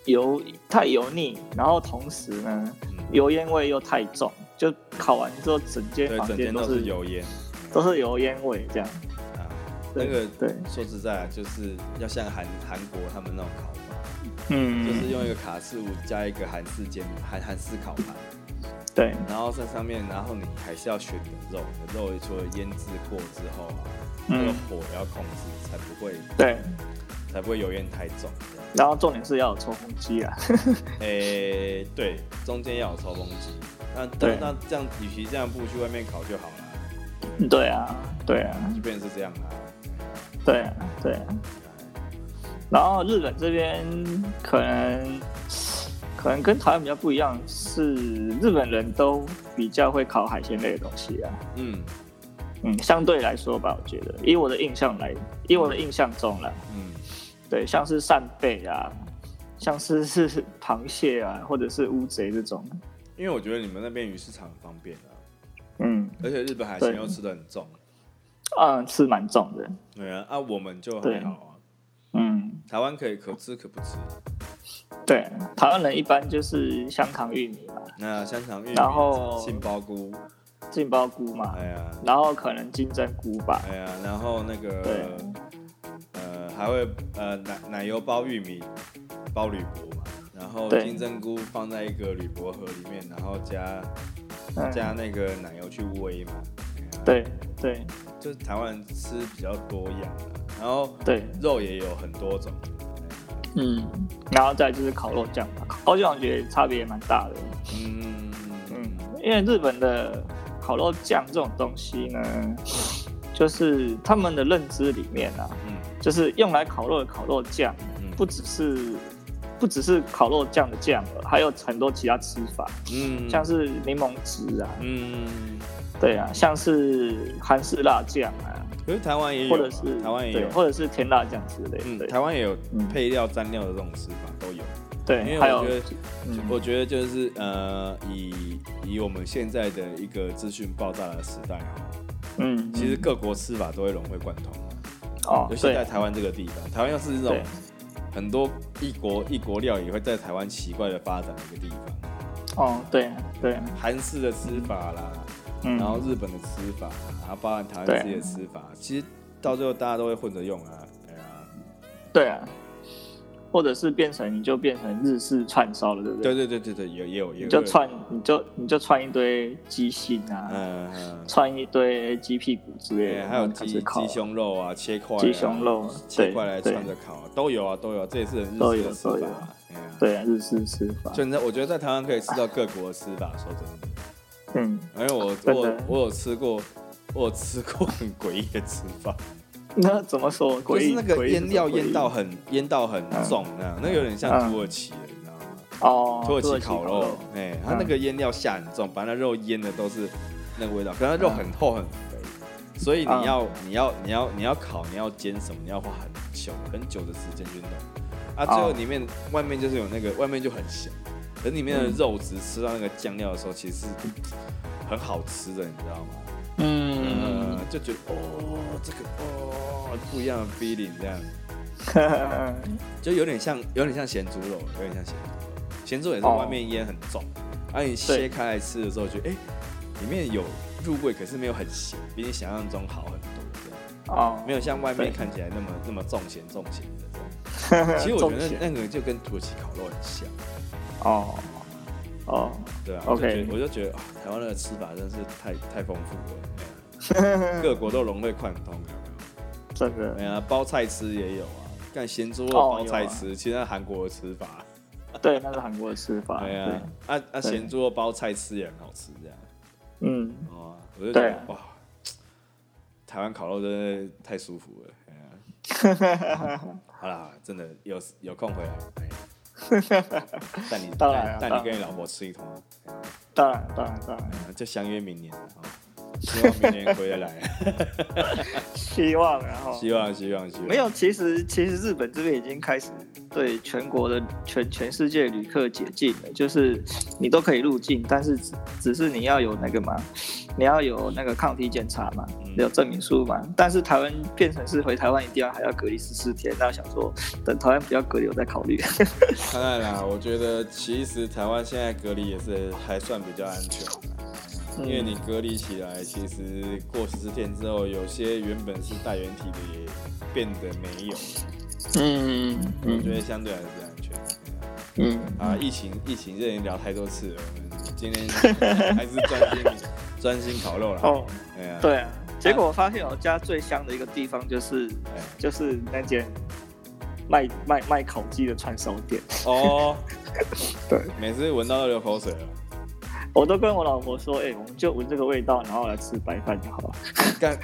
Speaker 2: 油太油腻，然后同时呢，
Speaker 1: 嗯
Speaker 2: 油烟味又太重，就烤完之后，整间
Speaker 1: 对，
Speaker 2: 房
Speaker 1: 整
Speaker 2: 间
Speaker 1: 天
Speaker 2: 都
Speaker 1: 都
Speaker 2: 是
Speaker 1: 是油烟
Speaker 2: 都是油烟味这样。
Speaker 1: 啊。那
Speaker 2: 对
Speaker 1: 个
Speaker 2: 对，
Speaker 1: 说实在啊，就是要像韩韩国他们那种烤法，
Speaker 2: 嗯，
Speaker 1: 就是用一个卡式炉加一个韩式煎韩韩式烤盘，
Speaker 2: 对
Speaker 1: 然后在上面，然后你还是要选你的肉，你的肉除了腌制过之后啊，那个
Speaker 2: 嗯
Speaker 1: 火要控制，才不会
Speaker 2: 对，
Speaker 1: 才不会油烟太 重。这样
Speaker 2: 然后重点是要有抽风机啊，
Speaker 1: 诶、对，中间要有抽风机。那那
Speaker 2: 对
Speaker 1: 那这样，与其这样，不如去外面烤就好了。
Speaker 2: 对啊，对啊，
Speaker 1: 就变成是这样啦。
Speaker 2: 对啊，对啊。然后日本这边可能可能跟台湾比较不一样，是日本人都比较会烤海鲜类的东西啊。
Speaker 1: 嗯
Speaker 2: 嗯，相对来说吧，我觉得，以我的印象来，以我的印象中啦，
Speaker 1: 嗯
Speaker 2: 对，像是扇贝啊，像是是螃蟹啊，或者是乌贼这种，
Speaker 1: 因为我觉得你们那边鱼市场很方便啊，
Speaker 2: 嗯
Speaker 1: 而且日本海鲜
Speaker 2: 对
Speaker 1: 又吃的很重。
Speaker 2: 嗯，吃蛮重的，
Speaker 1: 对啊，啊，我们就还好啊。
Speaker 2: 嗯，
Speaker 1: 台湾可以可吃可不吃。
Speaker 2: 对，台湾人一般就是香肠、玉米嘛，
Speaker 1: 那香肠、玉米、
Speaker 2: 然后
Speaker 1: 杏鲍菇，
Speaker 2: 杏鲍菇嘛，
Speaker 1: 哎呀
Speaker 2: 然后可能金针菇吧，
Speaker 1: 哎呀，然后那个
Speaker 2: 对
Speaker 1: 呃还会呃奶奶油包玉米包铝箔嘛，然后
Speaker 2: 对
Speaker 1: 金针菇放在一个铝箔盒里面，然后加
Speaker 2: 嗯
Speaker 1: 加那个奶油去煨嘛。哎呀，
Speaker 2: 对对
Speaker 1: 就是台湾人吃比较多样啊，然后
Speaker 2: 对，
Speaker 1: 肉也有很多种。
Speaker 2: 嗯，然后再就是烤肉酱吧，烤肉酱我觉得差别也蛮大的，
Speaker 1: 嗯
Speaker 2: 嗯，因为日本的烤肉酱这种东西呢，就是他们的认知里面啊，
Speaker 1: 嗯
Speaker 2: 就是用来烤肉的烤肉酱，
Speaker 1: 嗯
Speaker 2: 不只是不只是烤肉酱的酱了，还有很多其他吃法，
Speaker 1: 嗯
Speaker 2: 像是柠檬汁啊，
Speaker 1: 嗯
Speaker 2: 对啊，像是韩式辣酱啊，
Speaker 1: 可是台湾也有啊，
Speaker 2: 或者是
Speaker 1: 台湾也
Speaker 2: 对
Speaker 1: 有，
Speaker 2: 或者是甜辣酱之类
Speaker 1: 嗯，
Speaker 2: 的，
Speaker 1: 台湾也有
Speaker 2: 嗯
Speaker 1: 配料蘸料的这种吃法都有。啊
Speaker 2: 对
Speaker 1: 因为
Speaker 2: 对，还有
Speaker 1: 我觉得，
Speaker 2: 嗯
Speaker 1: 我觉得就是呃，以以我们现在的一个资讯爆炸的时代哦，
Speaker 2: 嗯，
Speaker 1: 其实各国吃法都会融会贯通，啊
Speaker 2: 哦
Speaker 1: 尤其在
Speaker 2: 对
Speaker 1: 台湾这个地方，台湾又是这种
Speaker 2: 对
Speaker 1: 很多异国异国料理会在台湾奇怪的发展的一个地方，
Speaker 2: 哦对对，
Speaker 1: 韩式的吃法啦，
Speaker 2: 嗯，
Speaker 1: 然后日本的吃法，啊然后包含台湾自己的吃法，其实到最后大家都会混着用啊，对啊，
Speaker 2: 对啊，或者是变成你就变成日式串烧了，对不对？
Speaker 1: 对对对对对，也也有也有
Speaker 2: 你就串你就你就串一堆鸡心啊，
Speaker 1: 嗯，嗯
Speaker 2: 串一堆鸡屁股之类
Speaker 1: 对，
Speaker 2: 的，
Speaker 1: 还有
Speaker 2: 然后开
Speaker 1: 鸡
Speaker 2: 始烤
Speaker 1: 鸡胸肉啊，切块啊
Speaker 2: 鸡胸肉，
Speaker 1: 切
Speaker 2: 对
Speaker 1: 块来
Speaker 2: 对
Speaker 1: 串着烤啊，都有啊，都有啊，这也是很日
Speaker 2: 都
Speaker 1: 式
Speaker 2: 有
Speaker 1: 的吃
Speaker 2: 都
Speaker 1: 法
Speaker 2: 有
Speaker 1: 啊。哎呀，
Speaker 2: 对啊，日式吃法，
Speaker 1: 所以我觉得在台湾可以吃到各国的吃法，说真的，
Speaker 2: 嗯，
Speaker 1: 因为我
Speaker 2: 真的
Speaker 1: 我有我有吃过，我有吃过很诡异的吃法，
Speaker 2: 那怎么说？
Speaker 1: 就
Speaker 2: 诡
Speaker 1: 是
Speaker 2: 异
Speaker 1: 那个
Speaker 2: 诡异
Speaker 1: 腌料
Speaker 2: 怎么诡异啊
Speaker 1: 腌到很腌到很重那样，那有点像土耳其人，你知道吗？
Speaker 2: 哦，
Speaker 1: 土耳其
Speaker 2: 烤
Speaker 1: 烤肉，哎，它那个腌料下很重，把那肉腌的都是那个味道，可是它肉很厚很肥，所以你要你要你要你要烤，你要煎什么，你要花很久很久的时间去弄，啊，最后
Speaker 2: 哦
Speaker 1: 里面外面就是有那个外面就很咸，可是里面的
Speaker 2: 嗯
Speaker 1: 肉质吃到那个酱料的时候，其实是很好吃的，你知道吗？
Speaker 2: 嗯
Speaker 1: 嗯，，就觉得哦，这个哦不一样的 feeling 这样。就有点像，有点像咸猪肉，有点像咸猪肉。咸猪肉也是
Speaker 2: 哦
Speaker 1: 外面腌很重，而、你切开来吃的时候，觉得哎、里面有入味，可是没有很咸，比你想象中好很多，这样
Speaker 2: 哦，
Speaker 1: 没有像外面
Speaker 2: 对
Speaker 1: 看起来那么那么重咸重咸的这 样。其实我觉
Speaker 2: 重
Speaker 1: 得
Speaker 2: 咸
Speaker 1: 那个就跟土耳其烤肉很像，
Speaker 2: 哦哦，
Speaker 1: 对啊
Speaker 2: OK
Speaker 1: 我就觉得我就觉得、啊台湾的吃法真是太太丰富了对 啊，各国都融会贯通。有没有
Speaker 2: 真的
Speaker 1: 哎，呀，包菜吃也有啊，干咸猪肉
Speaker 2: 哦
Speaker 1: 包菜
Speaker 2: 有啊
Speaker 1: 吃，其实那韩国的吃法。
Speaker 2: 对，那是韩国的吃法，
Speaker 1: 对啊，啊啊，咸猪肉包菜吃也很好吃，这样
Speaker 2: 对，嗯，
Speaker 1: 哦，我就觉
Speaker 2: 对
Speaker 1: 得
Speaker 2: 啊
Speaker 1: 哇，台湾烤肉真的太舒服了。哎呀 好啦，好啦真的有有空回来，哎 呀带你
Speaker 2: 当然
Speaker 1: 带
Speaker 2: 啊
Speaker 1: 带
Speaker 2: 当
Speaker 1: 你
Speaker 2: 然
Speaker 1: 跟你老婆吃一通啊，
Speaker 2: 当然当然当然，
Speaker 1: 嗯就相约明年了啊， 希望明年回得来，
Speaker 2: 希望然后
Speaker 1: 希望希望希望
Speaker 2: 没有，其实其实日本这边已经开始对全国的全全世界旅客解禁了，就是你都可以入境，但是只只是你要有那个嘛，你要有那个抗体检查嘛
Speaker 1: 嗯，
Speaker 2: 有证明书嘛。但是台湾变成是回台湾一定要还要隔离十四天，那我想说等台湾不要隔离我再考虑。
Speaker 1: 当然啦，我觉得其实台湾现在隔离也是还算比较安全的，
Speaker 2: 嗯
Speaker 1: 因为你隔离起来，其实过十四天之后，有些原本是带原体的也变得没有，
Speaker 2: 嗯
Speaker 1: 我觉
Speaker 2: 嗯
Speaker 1: 得相对还是比较安全。
Speaker 2: 嗯，
Speaker 1: 啊，疫情疫情这已经聊太多次了，我们今 天还是专心专心烤肉了。
Speaker 2: 哦，
Speaker 1: 哎呀，
Speaker 2: 对啊。结果我发现我家最香的一个地方就是
Speaker 1: 哎，
Speaker 2: 就是那间卖卖卖烤鸡的串烧店。
Speaker 1: 哦，
Speaker 2: 对，
Speaker 1: 每次闻到都流口水了。
Speaker 2: 我都跟我老婆说，哎、我们就闻这个味道，然后来吃白饭就好了。
Speaker 1: 干，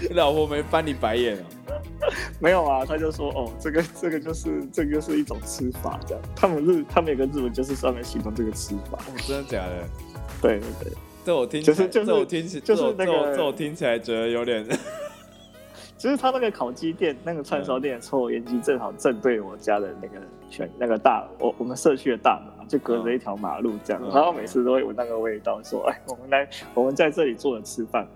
Speaker 1: 你老婆没翻你白眼哦。
Speaker 2: 没有啊，她就说，哦，这个这个就是这个就是一种吃法，这样。他们日他们有个日文就是专门形容这个吃法。
Speaker 1: 哦，真的假的？
Speaker 2: 对对对，
Speaker 1: 这我听起
Speaker 2: 就
Speaker 1: 来，
Speaker 2: 是就是
Speaker 1: 这我听起，
Speaker 2: 就是
Speaker 1: 这我
Speaker 2: 那个
Speaker 1: 这我这我听起来觉得有点，
Speaker 2: 其实他那个烤鸡店、那个串烧店的抽油烟机正好正对我家的那个全那个大我我们社区的大门，啊就隔着一条马路这样。
Speaker 1: 嗯
Speaker 2: 然后每次都会闻那个味道，说，哎、我们来我们在这里坐着吃饭吧。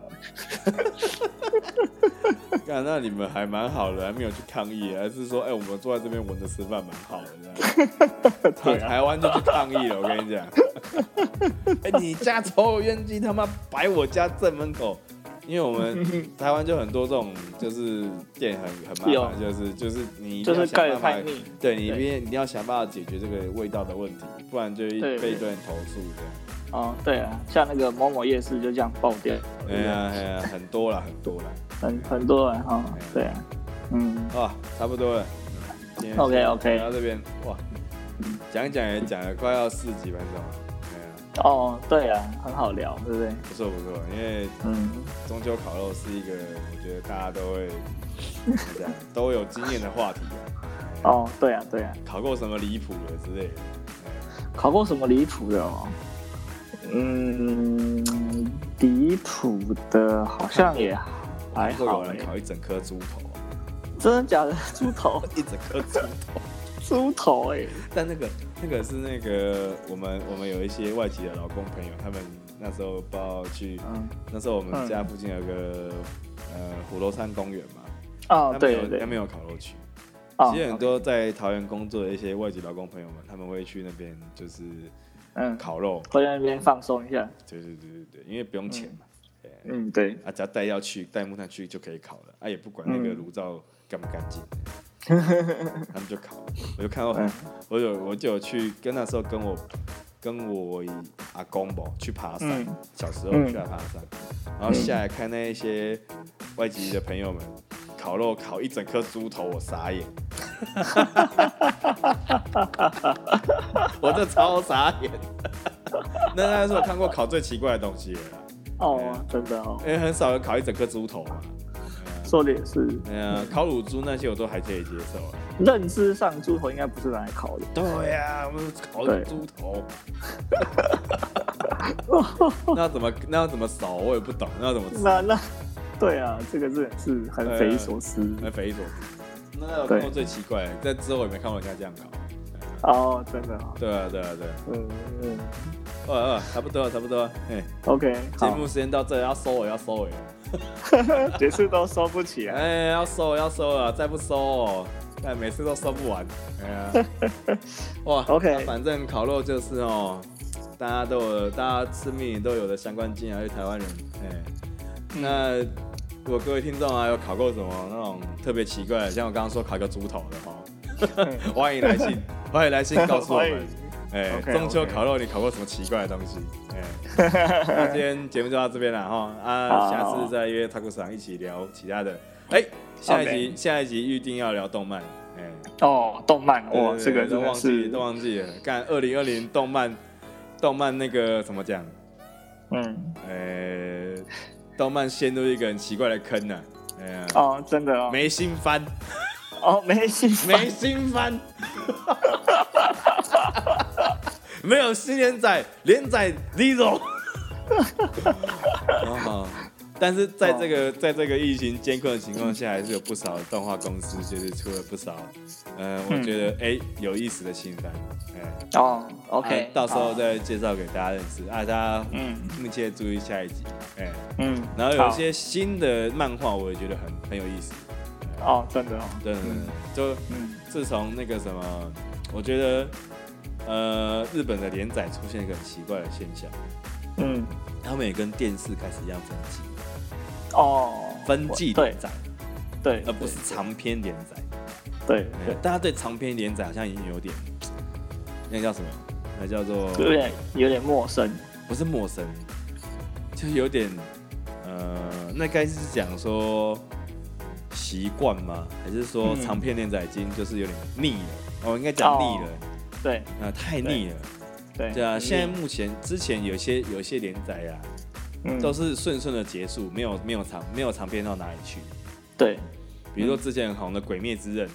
Speaker 1: 那那你们还蛮好的，还没有去抗议，还是说，哎、我们坐在这边闻着吃饭蛮好的这样。
Speaker 2: 对啊
Speaker 1: 台湾就去抗议了，我跟你讲。 哎、你家抽油烟机他妈摆我家正门口，因为我 们台湾就很多这种，就是店很很麻烦，就是就是你一定
Speaker 2: 就
Speaker 1: 要
Speaker 2: 是盖
Speaker 1: 想
Speaker 2: 得
Speaker 1: 办法
Speaker 2: 太，密，
Speaker 1: 对你一
Speaker 2: 对
Speaker 1: 定一定要想办法解决这个味道的问题，不然就一
Speaker 2: 对
Speaker 1: 被一堆人投诉这样。
Speaker 2: 哦，对啊，像那个某某夜市就这样爆掉，
Speaker 1: 哎呀哎呀，很多了很多了。
Speaker 2: 很很多人哈，对啊，嗯，
Speaker 1: 啊，差不多了。今天
Speaker 2: OK，OK
Speaker 1: 聊到这边，哇，讲一讲也讲了快要四几分钟了，对啊，
Speaker 2: 哦，对啊，很好聊，对不对？
Speaker 1: 不错不错，因为
Speaker 2: 嗯，
Speaker 1: 中秋烤肉是一个我觉得大家都会 这样都有经验的话题啊，
Speaker 2: 哦，对啊，对啊，
Speaker 1: 烤过什么离谱的之类的。
Speaker 2: 考过什么离谱的哦？嗯，离谱的 好像也还
Speaker 1: 能够
Speaker 2: 好
Speaker 1: 有人
Speaker 2: 欸
Speaker 1: 烤一整颗猪头，啊
Speaker 2: 真的假的？猪头，
Speaker 1: 一整颗猪头。
Speaker 2: 猪头哎、
Speaker 1: 但那个那个是那个我们我们有一些外籍的劳工朋友，他们那时候不知道去，
Speaker 2: 嗯，
Speaker 1: 那时候我们家附近有个、呃虎头山公园嘛，
Speaker 2: 哦
Speaker 1: 他，们
Speaker 2: 对
Speaker 1: 有、
Speaker 2: 对
Speaker 1: 他
Speaker 2: 对，
Speaker 1: 们有烤肉区。
Speaker 2: 哦
Speaker 1: 其实很多在桃园工作的一些外籍劳工朋友们，他们会去那边就是
Speaker 2: 嗯，
Speaker 1: 烤肉，
Speaker 2: 会在那边放松一下，
Speaker 1: 对对对对对，因为不用钱嘛，对
Speaker 2: 嗯，对，
Speaker 1: 啊，只要带药去，带木炭去就可以烤了，啊，也不管那个
Speaker 2: 嗯
Speaker 1: 炉灶干不干 净，他们就烤。我就看到
Speaker 2: 嗯，
Speaker 1: 我有我就有去跟那时候跟我跟我阿公吧去爬山，
Speaker 2: 嗯
Speaker 1: 小时候
Speaker 2: 嗯
Speaker 1: 去爬山，然后下来看那一些外籍的朋友们烤肉烤一整颗猪头，我傻眼， 我这超傻眼。 那那是我看过烤最奇怪的东西了啦。
Speaker 2: 哦，真的哦，
Speaker 1: 因为很少有烤一整颗猪头嘛。
Speaker 2: 说的也是，
Speaker 1: 哎呀，烤乳猪那些我都还可以接受啊。
Speaker 2: 认知上猪头应该不是拿来烤的，
Speaker 1: 对呀、我们烤猪 头，那要怎么那要怎么扫我也不懂，那要怎么吃？
Speaker 2: 那那，对啊，这个真的是很匪夷所思。
Speaker 1: 那匪夷所思。那是我看过最奇怪的，在之后也没看过人家这样烤。
Speaker 2: 哦，真的、哦，
Speaker 1: 对啊，对啊，对啊，
Speaker 2: 嗯嗯
Speaker 1: 呃呃，差不多了，差不多了。哎，
Speaker 2: ，OK，
Speaker 1: 节
Speaker 2: 好，
Speaker 1: 目时间到这，要收尾，要收尾了。
Speaker 2: 每次都收不起啊来，
Speaker 1: 哎，要收了，要收了，再不收、哦，但每次都收不完。哎 呀，哇
Speaker 2: OK
Speaker 1: 那反正烤肉就是哦，大家都有，大家吃面都有的相关经验，而且台湾人，哎，
Speaker 2: 嗯
Speaker 1: 那如果各位听众啊有烤过什么那种特别奇怪的，像我刚刚说烤一个猪头的哦， 欢迎来信，欢迎来信 告诉我
Speaker 2: 欢
Speaker 1: 们
Speaker 2: 迎。
Speaker 1: 哎，
Speaker 2: OK，OK
Speaker 1: 中秋烤肉你烤过什么奇怪的东西？哎， 那今天节目就到这边了哈啊，
Speaker 2: 好
Speaker 1: 下次再约塔古斯长一起聊其他的。哎，下一集下一集预定要聊动漫，哎，
Speaker 2: 哦，动漫，哇，
Speaker 1: 对
Speaker 2: 这个
Speaker 1: 对都
Speaker 2: 真
Speaker 1: 忘
Speaker 2: 的
Speaker 1: 记
Speaker 2: 是
Speaker 1: 都，忘记了。干二零二零动漫动漫那个怎么讲？
Speaker 2: 嗯，
Speaker 1: 呃，动漫陷入一个很奇怪的坑呢。哎呀，
Speaker 2: 哦，真的哦，
Speaker 1: 没新番，
Speaker 2: 哦，没戏，
Speaker 1: 没新番，没有新连载，连载 zero。哦但是在这个
Speaker 2: 哦
Speaker 1: 在这个疫情艰困的情况下，还是有不少动画公司就是出了不少，呃，我
Speaker 2: 嗯
Speaker 1: 觉得哎、有意思的新番，哎、
Speaker 2: 哦
Speaker 1: 啊
Speaker 2: ，OK，
Speaker 1: 到时候
Speaker 2: 好，
Speaker 1: 再介绍给大家认识啊，大家
Speaker 2: 嗯
Speaker 1: 密切注意下一集，哎、
Speaker 2: 嗯，
Speaker 1: 然后有一
Speaker 2: 好
Speaker 1: 些新的漫画，我也觉得很很有意思，
Speaker 2: 哦，真的哦，
Speaker 1: 对对对，就
Speaker 2: 嗯，
Speaker 1: 自从那个什么，我觉得呃日本的连载出现一个很奇怪的现象，
Speaker 2: 嗯，
Speaker 1: 他们也跟电视开始一样分季，
Speaker 2: 哦，
Speaker 1: 分季
Speaker 2: 对
Speaker 1: 连载，
Speaker 2: 对，
Speaker 1: 而不是长篇连载。
Speaker 2: 对
Speaker 1: 哎
Speaker 2: 对，
Speaker 1: 大家对长篇连载好像已经有点，那叫什么？那叫做
Speaker 2: 有点有点陌生，
Speaker 1: 不是陌生，就是有点呃，那该是讲说习惯吗？还是说
Speaker 2: 嗯
Speaker 1: 长篇连载已经就是有点腻了？哦，应该讲腻了，
Speaker 2: 对
Speaker 1: 呃，太腻了。
Speaker 2: 对
Speaker 1: 对啊，现在目前之前有些有些连载啊，
Speaker 2: 嗯
Speaker 1: 都是顺顺的结束，没有没有长没有长篇到哪里去。
Speaker 2: 对
Speaker 1: 比如说之前很红的《鬼灭之
Speaker 2: 嗯
Speaker 1: 刃》，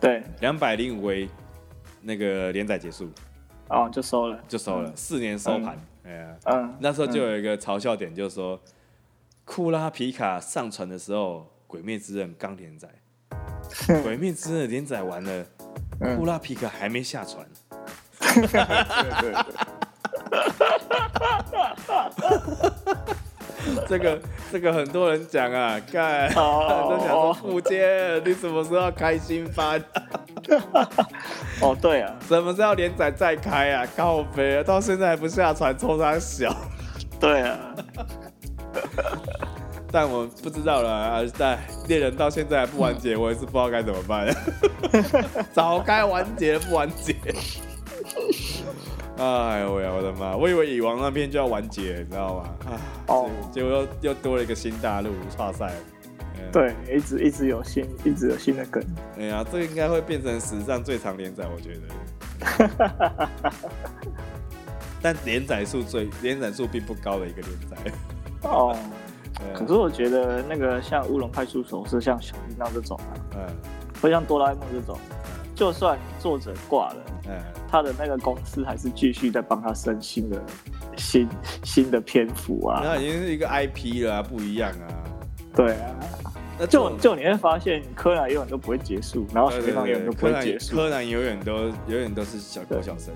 Speaker 2: 对，
Speaker 1: 两百零五回那个连载结束
Speaker 2: 哦，就收了，
Speaker 1: 就收了，四年收盘。哎呀，
Speaker 2: 嗯，
Speaker 1: 那时候就有一个嘲笑点，就是说库拉皮卡上传的时候，《鬼灭之刃》刚连 载，《鬼灭之刃》连载完了，
Speaker 2: 嗯
Speaker 1: 库拉皮卡还没下 传。
Speaker 2: 对对对，
Speaker 1: 这个这个很多人讲啊，干。都想说
Speaker 2: 哦
Speaker 1: 富坚，你什么时候要开新番？
Speaker 2: 哦，对啊，
Speaker 1: 什么时候连载再开啊？靠北啊，到现在还不下船，冲他小。
Speaker 2: 对啊，
Speaker 1: 但我不知道了啊，但猎人到现在还不完
Speaker 2: 嗯
Speaker 1: 结，我也是不知道该怎么办。 早该完结不完结。哎呦喂啊，我的妈！我以为蚁王那边就要完结，你知道吗？啊，
Speaker 2: 哦
Speaker 1: 结结果又又多了一个新大陆，哇塞！嗯，
Speaker 2: 对，一直一直有新，一直有新的梗，
Speaker 1: 哎呀，这个应该会变成史上最长连载，我觉得。 但连载数最连载数并不高的一个连载。
Speaker 2: 哦。
Speaker 1: 对啊
Speaker 2: 可是我觉得那个像乌龙派出所是像小叮当这种啊，
Speaker 1: 嗯
Speaker 2: 不像哆啦 A 梦这种，就算作者挂了，
Speaker 1: 嗯
Speaker 2: 他的那个公司还是继续在帮他生新的
Speaker 3: 新新的篇幅啊。
Speaker 1: 哎那已经是一个 IP 了啊、不一样啊。
Speaker 3: 对啊，
Speaker 1: 那
Speaker 3: 就就你会发现，柯南永远都不会结束，然后
Speaker 1: 对
Speaker 3: 史
Speaker 1: 对
Speaker 3: 蒂
Speaker 1: 对
Speaker 3: 芬永远都不
Speaker 1: 柯
Speaker 3: 会
Speaker 1: 南
Speaker 3: 结束。
Speaker 1: 柯南永远都永远都是小狗小生。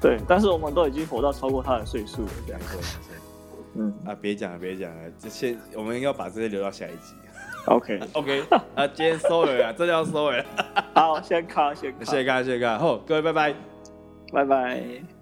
Speaker 3: 对，但是我们都已经活到超过他的岁数了，
Speaker 1: 没
Speaker 3: 这样。
Speaker 1: 错没错
Speaker 3: 嗯
Speaker 1: 啊，别讲了，别讲了，这些我们要把这些留到下一集。
Speaker 3: ，OK，
Speaker 1: OK，啊，今天收尾了，真的要收尾了，
Speaker 3: 好，先卡，先
Speaker 1: 谢谢，各位，
Speaker 3: 卡
Speaker 1: 谢谢各位，好，各位，拜拜。
Speaker 3: 拜拜。